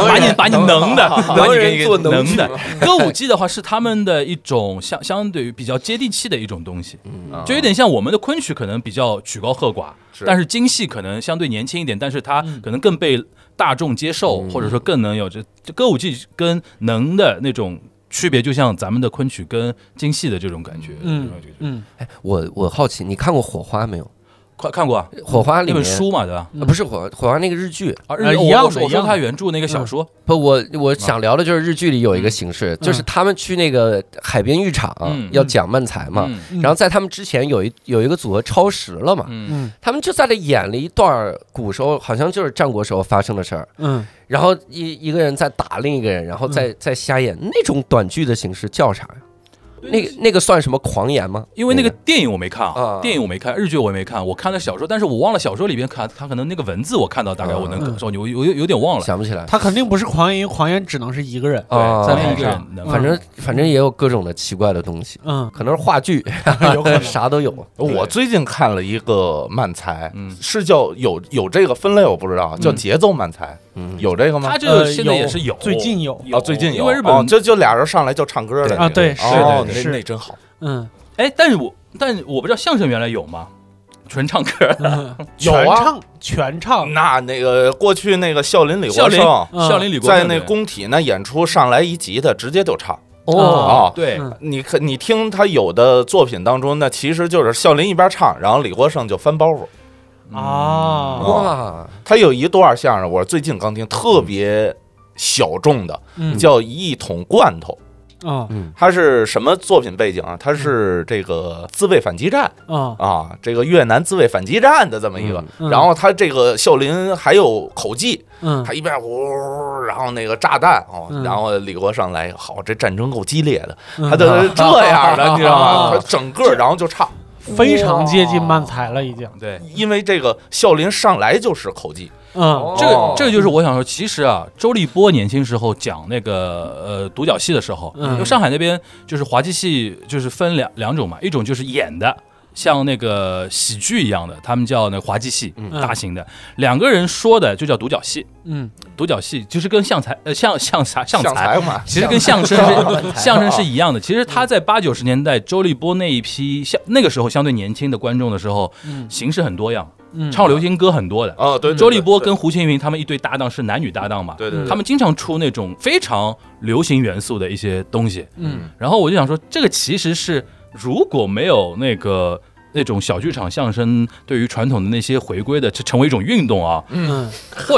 [SPEAKER 3] 把你把你能的，把你
[SPEAKER 1] 人
[SPEAKER 3] 给
[SPEAKER 1] 做能
[SPEAKER 3] 能
[SPEAKER 1] 剧
[SPEAKER 3] 的歌舞伎的话是他们的一种相相对于比较接地气的一种东西，
[SPEAKER 1] 哦
[SPEAKER 4] 嗯
[SPEAKER 3] 就有点像我们的昆曲可能比较曲高和寡，
[SPEAKER 4] 是
[SPEAKER 3] 但是京戏可能相对年轻一点，但是它可能更被大众接受，
[SPEAKER 1] 嗯
[SPEAKER 3] 或者说更能有这这歌舞伎跟能的那种区别，就像咱们的昆曲跟京戏的这种感觉。
[SPEAKER 2] 嗯
[SPEAKER 3] 这种感觉
[SPEAKER 1] 哎
[SPEAKER 2] 嗯，
[SPEAKER 1] 我我好奇，你看过《火花》没有？
[SPEAKER 3] 看看过啊
[SPEAKER 1] 火花里
[SPEAKER 3] 那
[SPEAKER 1] 面
[SPEAKER 3] 本书嘛，对吧？
[SPEAKER 1] 呃不是火火花那个日剧，
[SPEAKER 3] 啊，
[SPEAKER 2] 呃
[SPEAKER 3] 日
[SPEAKER 2] 一样
[SPEAKER 3] 我我
[SPEAKER 2] 的
[SPEAKER 3] 说我说
[SPEAKER 2] 一样的嗯
[SPEAKER 3] 他原著那个小说，
[SPEAKER 1] 不，我
[SPEAKER 3] 啊
[SPEAKER 1] 我想聊的就是日剧里有一个形式，
[SPEAKER 2] 嗯
[SPEAKER 1] 就是他们去那个海边浴场、
[SPEAKER 3] 嗯
[SPEAKER 1] 要讲漫才嘛，
[SPEAKER 3] 嗯
[SPEAKER 2] 嗯
[SPEAKER 1] 然后在他们之前有一有一个组合超时了嘛，
[SPEAKER 3] 嗯，
[SPEAKER 2] 嗯
[SPEAKER 1] 他们就在这演了一段儿古时候好像就是战国时候发生的事儿，
[SPEAKER 2] 嗯，
[SPEAKER 1] 然后一一个人在打另一个人，然后再、再瞎演，那种短剧的形式叫啥呀？那个那个算什么狂言吗？
[SPEAKER 3] 因为那个电影我没看
[SPEAKER 1] 啊
[SPEAKER 3] 电影我没看，日剧我也没看，我看了小说，但是我忘了小说里边看，他可能那个文字我看到，大概我能
[SPEAKER 2] 嗯
[SPEAKER 3] 感受，有有有有点忘了，
[SPEAKER 1] 想不起来
[SPEAKER 2] 他肯定不是狂言，狂言只能是一个人。
[SPEAKER 1] 啊，
[SPEAKER 3] 咱们
[SPEAKER 2] 在那
[SPEAKER 3] 一个人能
[SPEAKER 2] 嗯
[SPEAKER 1] 反正反正也有各种的奇怪的东西，
[SPEAKER 2] 嗯，
[SPEAKER 1] 可能是话剧，
[SPEAKER 2] 有可 能
[SPEAKER 1] 啥都有。
[SPEAKER 4] 嗯我最近看了一个漫才，
[SPEAKER 3] 嗯
[SPEAKER 4] 是叫有有这个分类我不知道，叫节奏漫才，
[SPEAKER 1] 嗯，
[SPEAKER 4] 有这个吗
[SPEAKER 3] 他？这个
[SPEAKER 2] 呃
[SPEAKER 3] 现在也
[SPEAKER 2] 有
[SPEAKER 3] 是有，
[SPEAKER 2] 最近有
[SPEAKER 4] 啊，最近
[SPEAKER 3] 因
[SPEAKER 4] 有，
[SPEAKER 3] 为日
[SPEAKER 4] 哦
[SPEAKER 3] 本
[SPEAKER 4] 就就俩人上来就唱歌的
[SPEAKER 3] 对
[SPEAKER 4] 那
[SPEAKER 2] 啊，
[SPEAKER 4] 个
[SPEAKER 2] 对，是
[SPEAKER 4] 哦，
[SPEAKER 2] 的，
[SPEAKER 4] 那
[SPEAKER 2] 是
[SPEAKER 4] 那
[SPEAKER 2] 的，
[SPEAKER 4] 真好，
[SPEAKER 2] 嗯，
[SPEAKER 3] 哎，但是我但我不知道相声原来有吗？纯唱歌，
[SPEAKER 2] 嗯
[SPEAKER 4] 有
[SPEAKER 2] 全
[SPEAKER 4] 啊
[SPEAKER 2] 唱全唱，
[SPEAKER 4] 那那个过去那个笑林李
[SPEAKER 3] 哦笑
[SPEAKER 4] 国
[SPEAKER 3] 林
[SPEAKER 4] 盛
[SPEAKER 2] 嗯
[SPEAKER 3] 笑林李国
[SPEAKER 4] 在
[SPEAKER 3] 盛
[SPEAKER 4] 那
[SPEAKER 3] 对
[SPEAKER 4] 工体那演出上来一吉他，直接就唱
[SPEAKER 2] 哦
[SPEAKER 4] 啊。
[SPEAKER 3] 对，
[SPEAKER 2] 嗯
[SPEAKER 4] 你看，你听他有的作品当中，那其实就是笑林一边唱，然后李国盛就翻包袱。
[SPEAKER 3] 嗯
[SPEAKER 2] 啊，
[SPEAKER 3] 哦
[SPEAKER 1] 哇，
[SPEAKER 4] 他有一段相声，我最近刚听，特别小众的，
[SPEAKER 2] 嗯，
[SPEAKER 4] 叫一桶罐头。
[SPEAKER 2] 啊
[SPEAKER 4] 他是什么作品背景啊？他
[SPEAKER 2] 嗯
[SPEAKER 4] 是这个自卫反击战
[SPEAKER 2] 啊，
[SPEAKER 4] 啊，这个越南自卫反击战的这么一个。
[SPEAKER 2] 嗯
[SPEAKER 4] 然后他这个笑林还有口技，
[SPEAKER 2] 嗯
[SPEAKER 4] 他一边呜，然后那个炸弹哦
[SPEAKER 2] 嗯，
[SPEAKER 4] 然后李国盛来一个，好，这战争够激烈的，
[SPEAKER 2] 嗯
[SPEAKER 4] 他都是这 样的，你知道吗？
[SPEAKER 2] 啊
[SPEAKER 4] 他整个然后就唱，
[SPEAKER 2] 非常接近漫才了，已经。
[SPEAKER 3] 对。
[SPEAKER 4] 因为这个笑林上来就是口技，
[SPEAKER 2] 嗯
[SPEAKER 3] 这个
[SPEAKER 4] 哦
[SPEAKER 3] 这个就是我想说，其实啊，周立波年轻时候讲那个呃独角戏的时候，
[SPEAKER 2] 嗯
[SPEAKER 3] 因为上海那边就是滑稽戏就是分两两种嘛，一种就是演的。像那个喜剧一样的，他们叫那个滑稽戏，大型的，两个人说的就叫独角戏。
[SPEAKER 2] 嗯
[SPEAKER 3] 独角戏其实跟相才呃相相才相
[SPEAKER 4] 像
[SPEAKER 3] 才，
[SPEAKER 4] 才 嘛，
[SPEAKER 3] 其实跟相声是相声是一样的。其实他在八九十年代周立波那一批相那个时候相对年轻的观众的时候，
[SPEAKER 2] 嗯
[SPEAKER 3] 形式很多样，
[SPEAKER 2] 嗯，
[SPEAKER 3] 唱流行歌很多的。
[SPEAKER 4] 哦，对，对
[SPEAKER 3] 周立波
[SPEAKER 4] 对
[SPEAKER 3] 跟胡青云他们一对搭档是男女搭档嘛，
[SPEAKER 4] 对对对
[SPEAKER 3] 他们经常出那种非常流行元素的一些东西。
[SPEAKER 2] 嗯
[SPEAKER 3] 然后我就想说，这个其实是如果没有那个那种小剧场相声对于传统的那些回归的，成成为一种运动啊，
[SPEAKER 2] 嗯
[SPEAKER 3] 或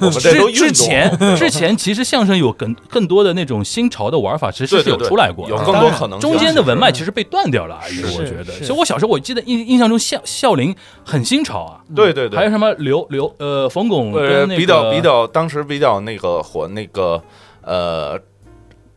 [SPEAKER 4] 我们这
[SPEAKER 3] 之
[SPEAKER 4] 都运动
[SPEAKER 3] 之前之前其实相声有更更多的那种新潮的玩法，其实
[SPEAKER 4] 对
[SPEAKER 3] 是
[SPEAKER 4] 对
[SPEAKER 3] 有
[SPEAKER 4] 对
[SPEAKER 3] 出来过的
[SPEAKER 4] 有更多可能
[SPEAKER 3] 嗯
[SPEAKER 4] 性，
[SPEAKER 3] 中间的文脉其实被断掉了而已，
[SPEAKER 2] 是
[SPEAKER 3] 我
[SPEAKER 2] 是
[SPEAKER 3] 觉得。
[SPEAKER 2] 是
[SPEAKER 3] 所以我小时候我记得印印象中笑笑林很新潮啊，
[SPEAKER 4] 对对
[SPEAKER 3] 还有
[SPEAKER 4] 对，
[SPEAKER 3] 什么刘刘呃冯巩
[SPEAKER 4] 呃，
[SPEAKER 3] 跟那个
[SPEAKER 4] 比较比较当时比较那个火那个呃。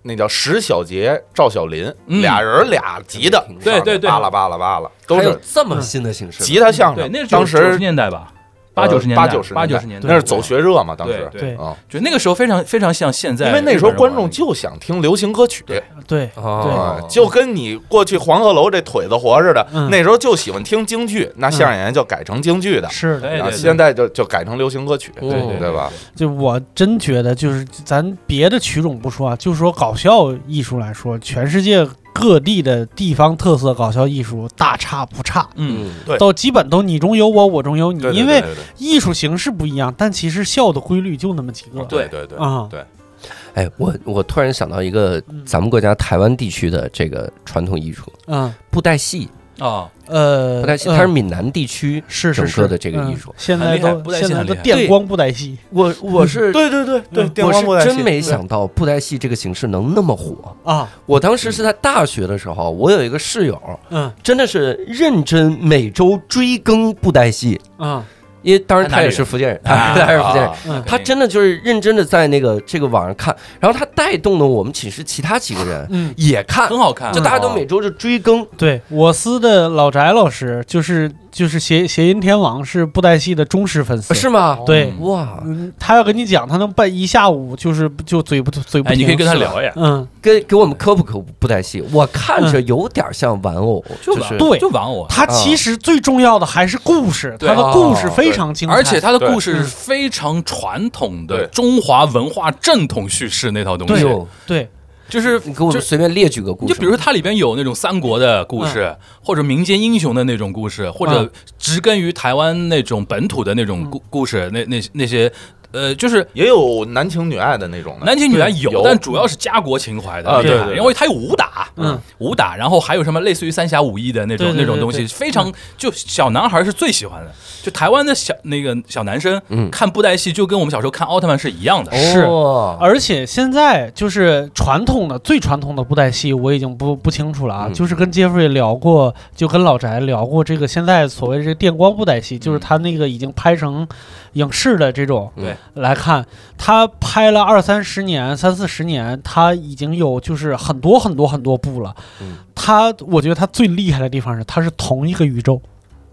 [SPEAKER 4] 那叫石小杰、赵小林，
[SPEAKER 3] 嗯
[SPEAKER 4] 俩人俩级的，
[SPEAKER 3] 对对对
[SPEAKER 4] 扒拉扒拉扒拉，都
[SPEAKER 1] 还有
[SPEAKER 4] 是嗯
[SPEAKER 1] 这么新的形式，
[SPEAKER 4] 吉他相
[SPEAKER 3] 对，
[SPEAKER 4] 声
[SPEAKER 3] 那。是
[SPEAKER 4] 当
[SPEAKER 3] 九十
[SPEAKER 4] 时呃
[SPEAKER 3] 年代吧，八九十年代，
[SPEAKER 4] 八九十
[SPEAKER 3] 八九十年代，
[SPEAKER 4] 那是走学热嘛，当时
[SPEAKER 3] 对
[SPEAKER 2] 对
[SPEAKER 4] 啊，
[SPEAKER 3] 就那个时候非常非常像现在，
[SPEAKER 4] 因为那时候观众就想听流行歌曲，
[SPEAKER 3] 对
[SPEAKER 2] 对
[SPEAKER 1] 哦
[SPEAKER 4] 啊，就跟你过去黄鹤楼这腿子活似的，
[SPEAKER 2] 嗯
[SPEAKER 4] 那时候就喜欢听京剧，那相声演员就改成京剧的，
[SPEAKER 2] 是的，
[SPEAKER 3] 对
[SPEAKER 4] 啊，
[SPEAKER 3] 对
[SPEAKER 4] 现在就就改成流行歌曲，
[SPEAKER 1] 对
[SPEAKER 3] 对
[SPEAKER 4] 对嗯吧？
[SPEAKER 2] 就我真觉得，就是咱别的曲种不说啊，就说搞笑艺术来说，全世界各地的地方特色搞笑艺术大差不差，
[SPEAKER 3] 嗯，
[SPEAKER 1] 嗯，
[SPEAKER 4] 对
[SPEAKER 2] 都基本都你中有我，我中有你，
[SPEAKER 4] 对对
[SPEAKER 2] 因
[SPEAKER 4] 对
[SPEAKER 2] 为
[SPEAKER 4] 对对
[SPEAKER 2] 艺术形式不一样，但其实笑的规律就那么几个。
[SPEAKER 4] 对
[SPEAKER 3] 对
[SPEAKER 4] 对对，
[SPEAKER 2] 啊，
[SPEAKER 1] 哎，我我突然想到一个
[SPEAKER 2] 嗯
[SPEAKER 1] 咱们国家台湾地区的这个传统艺术
[SPEAKER 2] 嗯
[SPEAKER 1] 布袋戏，
[SPEAKER 3] 啊，
[SPEAKER 2] 呃，
[SPEAKER 1] 布袋戏
[SPEAKER 2] 嗯
[SPEAKER 1] 它是闽南地区，
[SPEAKER 2] 是是
[SPEAKER 1] 整
[SPEAKER 2] 是
[SPEAKER 1] 个的这个艺术
[SPEAKER 2] 嗯现
[SPEAKER 3] 很
[SPEAKER 2] 在
[SPEAKER 3] 厉害
[SPEAKER 2] 都
[SPEAKER 3] 布袋戏
[SPEAKER 2] 现在
[SPEAKER 3] 很
[SPEAKER 2] 都
[SPEAKER 3] 厉害
[SPEAKER 2] 电光布袋戏，
[SPEAKER 1] 我我是
[SPEAKER 4] 呃对对对对，
[SPEAKER 1] 嗯
[SPEAKER 4] 电
[SPEAKER 1] 我
[SPEAKER 4] 光布
[SPEAKER 1] 是
[SPEAKER 4] 袋
[SPEAKER 1] 真
[SPEAKER 4] 戏
[SPEAKER 1] 没想到布袋戏这个形式能那么火。
[SPEAKER 2] 啊，
[SPEAKER 1] 我当时是在大学的时候，我有一个室友，
[SPEAKER 2] 嗯
[SPEAKER 1] 真的是认真每周追更布袋戏，
[SPEAKER 2] 啊
[SPEAKER 1] 因为当然
[SPEAKER 3] 他
[SPEAKER 1] 他
[SPEAKER 3] 哪里
[SPEAKER 1] 也
[SPEAKER 3] 人
[SPEAKER 1] 是福建人，
[SPEAKER 3] 啊
[SPEAKER 1] 他 他也是福建人
[SPEAKER 4] 啊，
[SPEAKER 2] 嗯
[SPEAKER 1] 他真的就是认真的在那个这个网上看，然后他带动了我们寝室其他几个人
[SPEAKER 2] 嗯，
[SPEAKER 1] 也看，
[SPEAKER 3] 很好看，哦
[SPEAKER 1] 就大家都每周就追更，
[SPEAKER 2] 对，我司的老翟老师就是就是谐谐音天王是布袋戏的忠实粉
[SPEAKER 3] 呃
[SPEAKER 2] 丝，
[SPEAKER 1] 是吗？
[SPEAKER 2] 对，
[SPEAKER 1] 哇，
[SPEAKER 2] 嗯，他要跟你讲，他能办一下午，就是就嘴不嘴不
[SPEAKER 3] 哎，
[SPEAKER 2] 停。
[SPEAKER 3] 你可以跟他聊呀，
[SPEAKER 2] 嗯，
[SPEAKER 1] 给给我们科普科普布袋戏，我看着有点像玩偶，嗯就是
[SPEAKER 3] 玩
[SPEAKER 2] 对
[SPEAKER 3] 就玩偶啊。
[SPEAKER 2] 他其实最重要的还是故事，
[SPEAKER 3] 对
[SPEAKER 2] 他的故事非常精彩，
[SPEAKER 3] 而且他的故事
[SPEAKER 2] 对
[SPEAKER 3] 是非常传统的
[SPEAKER 4] 对
[SPEAKER 3] 中华文化正统叙事那套东
[SPEAKER 1] 哎
[SPEAKER 3] 西，
[SPEAKER 1] 呦
[SPEAKER 2] 对
[SPEAKER 3] 就是
[SPEAKER 1] 你给我
[SPEAKER 3] 就
[SPEAKER 1] 们随便列举个故
[SPEAKER 3] 就
[SPEAKER 1] 事，
[SPEAKER 3] 比如它里边有那种三国的故事，或者民间英雄的那种故事，或者植根于台湾那种本土的那种故故事，那那那些呃，就是
[SPEAKER 4] 也有男情女爱的那种的。
[SPEAKER 3] 男情女爱
[SPEAKER 4] 嗯有
[SPEAKER 3] 有，但主要是家国情怀的
[SPEAKER 4] 啊
[SPEAKER 3] 厉
[SPEAKER 4] 对
[SPEAKER 3] 害
[SPEAKER 4] 对对
[SPEAKER 3] 因为它有武打，
[SPEAKER 2] 嗯，
[SPEAKER 3] 武打，然后还有什么类似于三侠五义的那种
[SPEAKER 2] 对对对
[SPEAKER 3] 那种东
[SPEAKER 2] 对
[SPEAKER 3] 西，
[SPEAKER 2] 对
[SPEAKER 3] 非常就小男孩是最喜欢的，就台湾的小那个小男生
[SPEAKER 1] 嗯
[SPEAKER 3] 看布袋戏就跟我们小时候看奥特曼是一样的，
[SPEAKER 2] 是
[SPEAKER 1] 哦
[SPEAKER 2] 而且现在就是传统的最传统的布袋戏，我已经不不清楚了啊。
[SPEAKER 1] 嗯
[SPEAKER 2] 就是跟杰弗瑞聊过，就跟老翟聊过这个现在所谓这个电光布袋
[SPEAKER 1] 嗯
[SPEAKER 2] 戏，就是他那个已经拍成影视的这种，
[SPEAKER 1] 对
[SPEAKER 2] 来看，他拍了二三十年、三四十年，他已经有就是很多很多很多部了。
[SPEAKER 1] 嗯
[SPEAKER 2] 他我觉得他最厉害的地方是，他是同一个宇宙。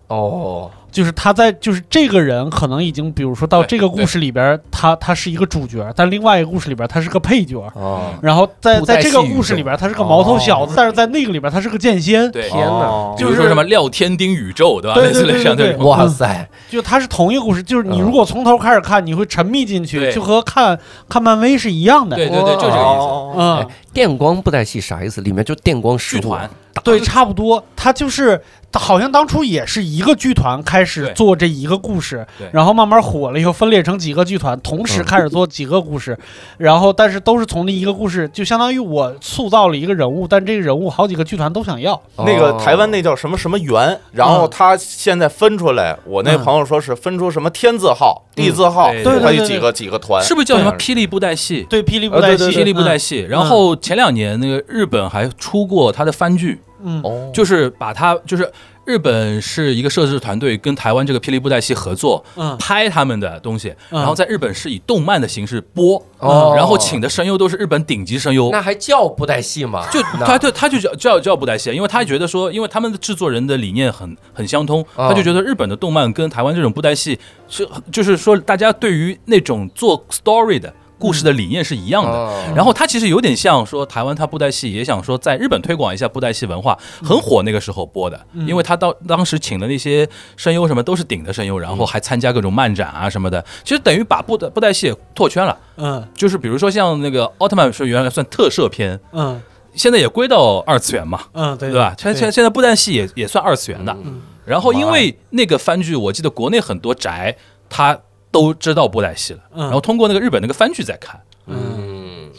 [SPEAKER 1] 哦，
[SPEAKER 2] 就是他在，就是这个人可能已经，比如说到
[SPEAKER 3] 对
[SPEAKER 2] 这个故事里边儿，他他是一个主角，但另外一个故事里边儿他是个配角，
[SPEAKER 1] 哦，
[SPEAKER 2] 然后在
[SPEAKER 1] 布袋
[SPEAKER 2] 在这个
[SPEAKER 1] 戏宇
[SPEAKER 2] 故事
[SPEAKER 1] 宙
[SPEAKER 2] 里边儿他是个毛头小子，但是在那个里边儿他是个剑仙，
[SPEAKER 3] 对，
[SPEAKER 1] 天哪，
[SPEAKER 3] 比如说什么廖天丁宇宙，对吧？
[SPEAKER 2] 对
[SPEAKER 3] 类
[SPEAKER 2] 对
[SPEAKER 3] 似
[SPEAKER 2] 对
[SPEAKER 3] 类似像
[SPEAKER 2] 对
[SPEAKER 3] 这
[SPEAKER 2] 对
[SPEAKER 3] 种，
[SPEAKER 1] 哇塞，
[SPEAKER 2] 就他是同一个故事，就是
[SPEAKER 1] 嗯
[SPEAKER 2] 你如果从头开始看，你会沉迷进去，
[SPEAKER 3] 对
[SPEAKER 2] 就和看看漫威是一样的。
[SPEAKER 3] 对对对，就这个意思。
[SPEAKER 4] 哦
[SPEAKER 2] 嗯
[SPEAKER 1] 哎，电光布袋戏啥意思？里面就电光石
[SPEAKER 3] 剧
[SPEAKER 1] 火
[SPEAKER 3] 团，
[SPEAKER 2] 对，差不多。他就是好像当初也是一个剧团开始
[SPEAKER 3] 对
[SPEAKER 2] 做这一个故事
[SPEAKER 3] 对，
[SPEAKER 2] 然后慢慢火了以后分裂成几个剧团，同时
[SPEAKER 1] 嗯
[SPEAKER 2] 开始做几个故事，然后但是都是从那一个故事，就相当于我塑造了一个人物，但这个人物好几个剧团都想要。
[SPEAKER 1] 哦
[SPEAKER 4] 那个台湾那叫什么什么园，然后他现在分出来，我那朋友说是分出什么天字号、地字号，
[SPEAKER 3] 对
[SPEAKER 2] 对对
[SPEAKER 4] 还有
[SPEAKER 2] 对
[SPEAKER 4] 几个几个团，
[SPEAKER 3] 是不是叫什么
[SPEAKER 4] 这样
[SPEAKER 3] 霹雳布袋戏？
[SPEAKER 2] 对，霹雳布
[SPEAKER 4] 呃
[SPEAKER 2] 袋
[SPEAKER 4] 对
[SPEAKER 2] 戏，
[SPEAKER 4] 对嗯
[SPEAKER 3] 霹雳布袋
[SPEAKER 2] 戏，
[SPEAKER 3] 戏，然后前两年那个日本还出过他的番剧，
[SPEAKER 2] 嗯，
[SPEAKER 4] 哦，
[SPEAKER 3] 就是把它就是日本是一个摄制团队跟台湾这个霹雳布袋戏合作
[SPEAKER 2] 嗯
[SPEAKER 3] 拍他们的东西，
[SPEAKER 2] 嗯
[SPEAKER 3] 然后在日本是以动漫的形式播，
[SPEAKER 1] 哦
[SPEAKER 3] 然后请的声优都是日本顶级声优。
[SPEAKER 1] 那还叫布袋戏吗？
[SPEAKER 3] 就
[SPEAKER 1] 那
[SPEAKER 3] 他就他就叫叫叫布袋戏，因为他觉得说，因为他们的制作人的理念很很相通，
[SPEAKER 1] 哦
[SPEAKER 3] 他就觉得日本的动漫跟台湾这种布袋戏是就是说，大家对于那种做 story 的故事的理念是一样
[SPEAKER 1] 嗯
[SPEAKER 3] 的，
[SPEAKER 1] 哦
[SPEAKER 3] 然后它其实有点像说台湾它布袋戏也想说在日本推广一下布袋戏文化，
[SPEAKER 1] 嗯
[SPEAKER 3] 很火那个时候播的，因为他到当时请的那些声优什么都是顶的声优，然
[SPEAKER 1] 嗯
[SPEAKER 3] 后还参加各种漫展啊什么的，其实等于把布袋布袋戏也拓圈了。
[SPEAKER 2] 嗯
[SPEAKER 3] 就是比如说像那个奥特曼是原来算特摄片，
[SPEAKER 2] 嗯
[SPEAKER 3] 现在也归到二次元嘛，
[SPEAKER 2] 嗯，对
[SPEAKER 3] 对吧？现现现在布袋戏也也算二次元的。
[SPEAKER 1] 嗯
[SPEAKER 3] 然后因为那个番剧，我记得国内很多宅他都知道布袋戏了，
[SPEAKER 2] 嗯
[SPEAKER 3] 然后通过那个日本那个番剧在看。
[SPEAKER 1] 嗯，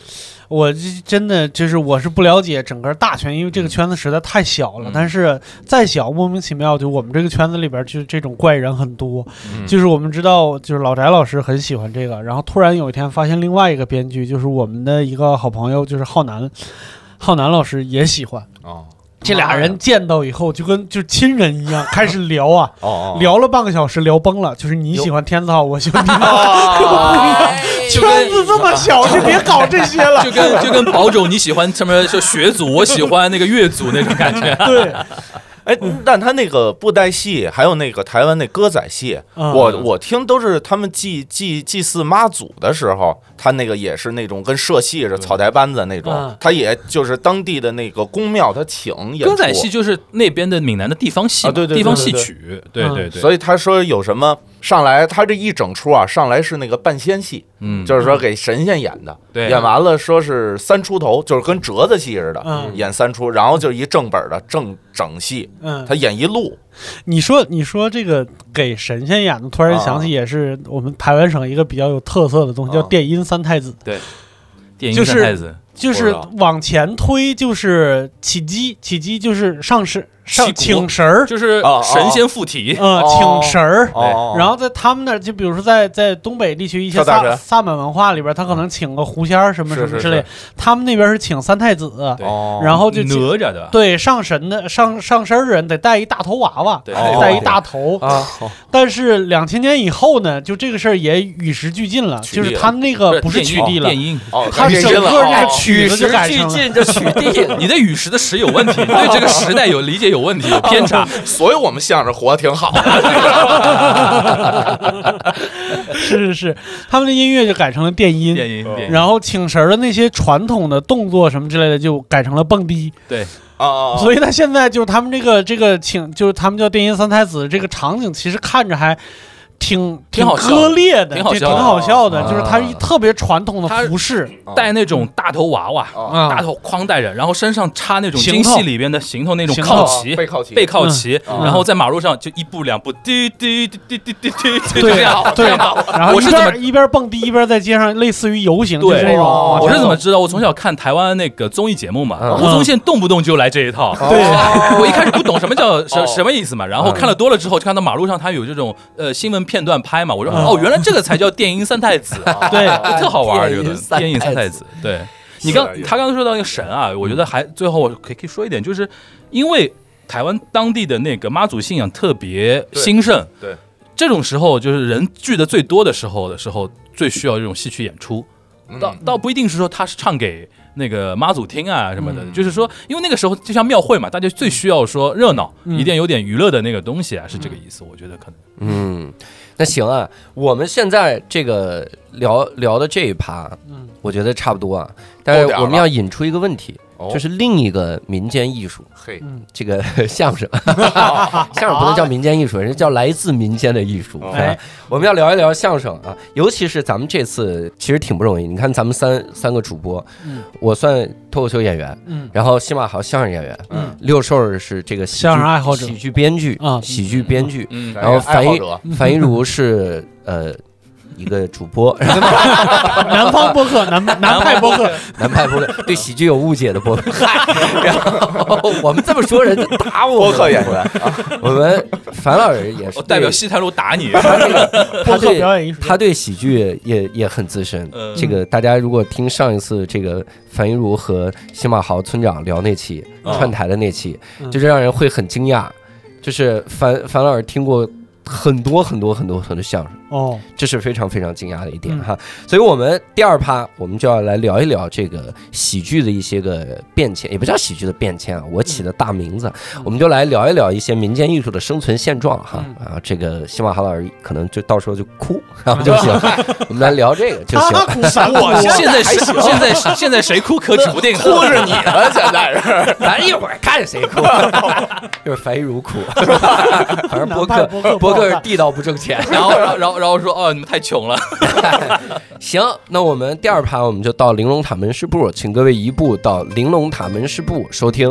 [SPEAKER 2] 我这真的就是我是不了解整个大圈，因为这个
[SPEAKER 4] 嗯
[SPEAKER 2] 圈子实在太小了。
[SPEAKER 3] 嗯
[SPEAKER 2] 但是再小，莫名其妙就我们这个圈子里边就这种怪人很多。
[SPEAKER 4] 嗯
[SPEAKER 2] 就是我们知道，就是老翟老师很喜欢这个，然后突然有一天发现另外一个编剧，就是我们的一个好朋友，就是浩南，浩南老师也喜欢。
[SPEAKER 4] 哦
[SPEAKER 2] 这俩人见到以后就跟就亲人一样，开始聊啊，
[SPEAKER 4] 哦，
[SPEAKER 2] 聊了半个小时，聊崩了。就是你喜欢天字号，我 喜欢天字号，
[SPEAKER 4] 哦
[SPEAKER 3] 就
[SPEAKER 2] 圈
[SPEAKER 3] 跟
[SPEAKER 2] 子这么小，就别搞这些了。
[SPEAKER 3] 就跟就跟宝冢你喜欢什么就学组，我喜欢那个乐组那种感觉。
[SPEAKER 2] 对，
[SPEAKER 4] 哎，但他那个布袋戏，还有那个台湾那歌仔戏，
[SPEAKER 2] 嗯
[SPEAKER 4] 我我听都是他们祭祭祭祀妈祖的时候，他那个也是那种跟社戏似的草台班子那种
[SPEAKER 2] 嗯，
[SPEAKER 4] 他也就是当地的那个宫庙，他请演
[SPEAKER 3] 歌仔
[SPEAKER 4] 出
[SPEAKER 3] 戏就是那边的闽南的地方戏嘛，
[SPEAKER 4] 啊对对对
[SPEAKER 3] 地方戏曲，对
[SPEAKER 2] 对
[SPEAKER 3] 对对。
[SPEAKER 4] 所以他说有什么上来，他这一整出啊，上来是那个半仙戏，
[SPEAKER 3] 嗯，
[SPEAKER 4] 就是说给神仙演的，
[SPEAKER 3] 对
[SPEAKER 4] 演完了说是三出头，就是跟折子戏似的，
[SPEAKER 2] 嗯
[SPEAKER 4] 演三出，然后就是一正本的正整戏，
[SPEAKER 2] 嗯，
[SPEAKER 4] 他演一路，
[SPEAKER 2] 你说，你说这个给神仙演的，突然想起也是我们台湾省一个比较有特色的东西，
[SPEAKER 4] 啊
[SPEAKER 2] 叫电音三太子，
[SPEAKER 3] 电
[SPEAKER 2] 就
[SPEAKER 3] 音
[SPEAKER 2] 是
[SPEAKER 3] 三太子，
[SPEAKER 2] 就
[SPEAKER 4] 不
[SPEAKER 2] 是
[SPEAKER 4] 知道
[SPEAKER 2] 往前推，就是起鸡，起鸡就是上神上
[SPEAKER 3] 起国
[SPEAKER 2] 请神儿，
[SPEAKER 3] 就是
[SPEAKER 4] 哦哦
[SPEAKER 3] 神仙附体，
[SPEAKER 2] 呃，
[SPEAKER 4] 哦
[SPEAKER 2] 请神儿。
[SPEAKER 4] 哦，
[SPEAKER 2] 然后在他们那儿，就比如说在在东北地区一些
[SPEAKER 4] 跳大
[SPEAKER 2] 萨
[SPEAKER 4] 神
[SPEAKER 2] 萨满文化里边，他可能请个狐仙儿什么什
[SPEAKER 4] 是
[SPEAKER 2] 么
[SPEAKER 4] 是
[SPEAKER 2] 之类
[SPEAKER 4] 是，
[SPEAKER 2] 他们那边是请三太子，
[SPEAKER 3] 对
[SPEAKER 4] 哦，
[SPEAKER 2] 然后就
[SPEAKER 3] 哪
[SPEAKER 2] 请
[SPEAKER 3] 吒的，
[SPEAKER 2] 对上神的上上身儿的人得带一大头娃娃，
[SPEAKER 3] 对
[SPEAKER 4] 哦
[SPEAKER 2] 带一大头
[SPEAKER 1] 啊，
[SPEAKER 2] 但是两千年以后呢，就这个事儿也与时俱进了，
[SPEAKER 4] 取缔
[SPEAKER 2] 就
[SPEAKER 4] 了
[SPEAKER 2] 是他那个不是
[SPEAKER 3] 电音
[SPEAKER 2] 取缔了
[SPEAKER 3] 电，音。
[SPEAKER 4] 哦，
[SPEAKER 2] 他
[SPEAKER 4] 变
[SPEAKER 2] 整
[SPEAKER 4] 身
[SPEAKER 2] 个
[SPEAKER 4] 了
[SPEAKER 2] 那
[SPEAKER 4] 哦
[SPEAKER 2] 个曲
[SPEAKER 1] 与
[SPEAKER 2] 子
[SPEAKER 1] 时
[SPEAKER 2] 就改
[SPEAKER 1] 俱
[SPEAKER 2] 成了。
[SPEAKER 1] 进，这取 缔了。
[SPEAKER 3] 你的与时的时有问题，你对这个时代有理解有问题，有偏 差。
[SPEAKER 4] 所以我们相声活得挺好的，啊
[SPEAKER 2] 是是是，他们的音乐就改成了电音，
[SPEAKER 3] 电音，电音，
[SPEAKER 2] 然后请神儿的那些传统的动作什么之类的就改成了蹦迪，
[SPEAKER 3] 对，哦
[SPEAKER 4] 啊，
[SPEAKER 2] 所
[SPEAKER 4] 以
[SPEAKER 2] 以他现在就是他们这个这个请就是他们叫电音三太子这个场景，其实看着还。挺
[SPEAKER 3] 挺好笑的
[SPEAKER 2] 割裂的，
[SPEAKER 3] 挺好
[SPEAKER 2] 对
[SPEAKER 3] 笑
[SPEAKER 2] 挺
[SPEAKER 3] 的
[SPEAKER 2] 好笑的，
[SPEAKER 1] 啊
[SPEAKER 2] 就是它一特别传统的
[SPEAKER 3] 它
[SPEAKER 2] 服饰
[SPEAKER 3] 戴那种大头娃娃，
[SPEAKER 4] 啊，
[SPEAKER 2] 啊
[SPEAKER 3] 大，头框戴着，然后身上插那种
[SPEAKER 2] 行
[SPEAKER 3] 京
[SPEAKER 2] 头
[SPEAKER 3] 戏里边的行头那种
[SPEAKER 2] 行
[SPEAKER 3] 靠
[SPEAKER 2] 头
[SPEAKER 3] 旗。
[SPEAKER 4] 背啊靠旗，
[SPEAKER 3] 背靠旗，
[SPEAKER 4] 嗯
[SPEAKER 3] 然后在马路上就一步两步，滴滴滴滴滴滴滴，滴这
[SPEAKER 2] 对哦
[SPEAKER 3] 样跑
[SPEAKER 2] 对
[SPEAKER 3] 这样跑
[SPEAKER 2] 然后
[SPEAKER 3] 我
[SPEAKER 2] 一
[SPEAKER 3] 是怎么
[SPEAKER 2] 边一边蹦迪一边在街上，类似于游行，就
[SPEAKER 3] 对
[SPEAKER 2] 是那种。
[SPEAKER 4] 哦
[SPEAKER 3] 我是怎么知道？我从小看台湾那个综艺节目嘛，
[SPEAKER 1] 嗯
[SPEAKER 3] 吴宗宪动不动就来这一 套。
[SPEAKER 4] 对
[SPEAKER 3] 我一开始不懂什么叫什
[SPEAKER 4] 哦
[SPEAKER 3] 什么意思嘛，然
[SPEAKER 2] 嗯
[SPEAKER 3] 后看了多了之后，就看到马路上他有这种呃新闻片段拍嘛，我说
[SPEAKER 2] 嗯
[SPEAKER 3] 哦，原来这个才叫电音三太子，
[SPEAKER 4] 哦
[SPEAKER 2] 对
[SPEAKER 3] 就哎特好
[SPEAKER 1] 电
[SPEAKER 3] 玩，觉
[SPEAKER 1] 音
[SPEAKER 3] 得
[SPEAKER 1] 三
[SPEAKER 3] 电音三
[SPEAKER 1] 太
[SPEAKER 3] 太
[SPEAKER 1] 子
[SPEAKER 3] 子。对你
[SPEAKER 4] 是的
[SPEAKER 3] 刚
[SPEAKER 4] 有嗯
[SPEAKER 3] 他刚刚说到那个神啊，我觉得还最后我可以可以说一点，就是因为台湾当地的那个妈祖信仰特别
[SPEAKER 4] 对
[SPEAKER 3] 兴盛，
[SPEAKER 4] 对
[SPEAKER 3] 这种时候就是人聚的最多的时候的时候，最需要这种戏曲演出。
[SPEAKER 4] 嗯
[SPEAKER 3] 倒倒不一定是说他是唱给那个妈祖听啊什么的，
[SPEAKER 4] 嗯
[SPEAKER 3] 就是说，因为那个时候就像庙会嘛，大家最需要说热闹，
[SPEAKER 2] 嗯
[SPEAKER 3] 一定有点娱乐的那个东西啊，是这个意思。我觉得可能
[SPEAKER 1] 嗯，那行啊，我们现在这个聊聊的这一趴，
[SPEAKER 2] 嗯
[SPEAKER 1] 我觉得差不多啊。但
[SPEAKER 4] 够
[SPEAKER 1] 是
[SPEAKER 4] 点儿
[SPEAKER 1] 我们
[SPEAKER 4] 了
[SPEAKER 1] 要引出一个问题，
[SPEAKER 4] 哦
[SPEAKER 1] 就是另一个民间艺术，
[SPEAKER 4] 嘿，
[SPEAKER 1] 这个 相 声，相声不能叫民间艺术，人家叫来自民间的艺术。
[SPEAKER 4] 哦
[SPEAKER 1] 哎，我们要聊一聊相声啊，尤其是咱们这次其实挺不容易。你看咱们三三个主播，
[SPEAKER 2] 嗯
[SPEAKER 1] 我算脱口秀演员，
[SPEAKER 2] 嗯
[SPEAKER 1] 然后新马豪相声演员，
[SPEAKER 2] 嗯
[SPEAKER 1] 六兽是这个喜剧
[SPEAKER 2] 相声爱好者
[SPEAKER 1] 喜剧编剧
[SPEAKER 2] 啊
[SPEAKER 1] 喜剧编剧，
[SPEAKER 3] 嗯
[SPEAKER 1] 然后
[SPEAKER 4] 哦爱
[SPEAKER 1] 反
[SPEAKER 4] 好
[SPEAKER 1] 应
[SPEAKER 4] 者
[SPEAKER 1] 樊一茹是呃一个主播，
[SPEAKER 2] 南方播客，南南派播客，
[SPEAKER 1] 南派播客对喜剧有误解 的播客。然后我们这么说人就打我
[SPEAKER 4] 播
[SPEAKER 1] 们。
[SPEAKER 4] 客演员，
[SPEAKER 1] 我们樊老师也是
[SPEAKER 3] 我哦代表
[SPEAKER 1] 对
[SPEAKER 3] 西台路打 你。
[SPEAKER 1] 他这个他
[SPEAKER 2] 播客
[SPEAKER 1] 对
[SPEAKER 2] 表演艺术家，
[SPEAKER 1] 他对喜剧也也很资深。
[SPEAKER 3] 嗯
[SPEAKER 1] 这个大家如果听上一次这个樊一茹和新马豪村长聊那期
[SPEAKER 3] 嗯
[SPEAKER 1] 串台的那期，
[SPEAKER 2] 嗯
[SPEAKER 1] 就是让人会很惊讶，就是樊樊老师听过很多很多很多很多相声。
[SPEAKER 2] 哦，
[SPEAKER 1] 这是非常非常惊讶的一点
[SPEAKER 2] 嗯
[SPEAKER 1] 哈。所以，我们第二趴我们就要来聊一聊这个喜剧的一些个变迁，也不叫喜剧的变迁
[SPEAKER 2] 嗯
[SPEAKER 1] 啊，我起的大名字，我们就来聊一聊一些民间艺术的生存现状哈。
[SPEAKER 2] 嗯
[SPEAKER 1] 啊，这个西马哈老师可能就到时候就哭，然后就 行，我们来聊这个就行。
[SPEAKER 2] 他鼓三
[SPEAKER 3] 我现在是现在是现在谁哭可指不定，哭是你了，现在是。
[SPEAKER 1] 咱一会儿看谁 哭，就是樊一茹哭， 反正博
[SPEAKER 2] 南派播客
[SPEAKER 1] 客博客是地道不挣钱。
[SPEAKER 3] 然后然后然后然后说哦，你们太穷了。
[SPEAKER 1] 行，那我们第二盘我们就到玲珑塔门市部，请各位移步到玲珑塔门市部收听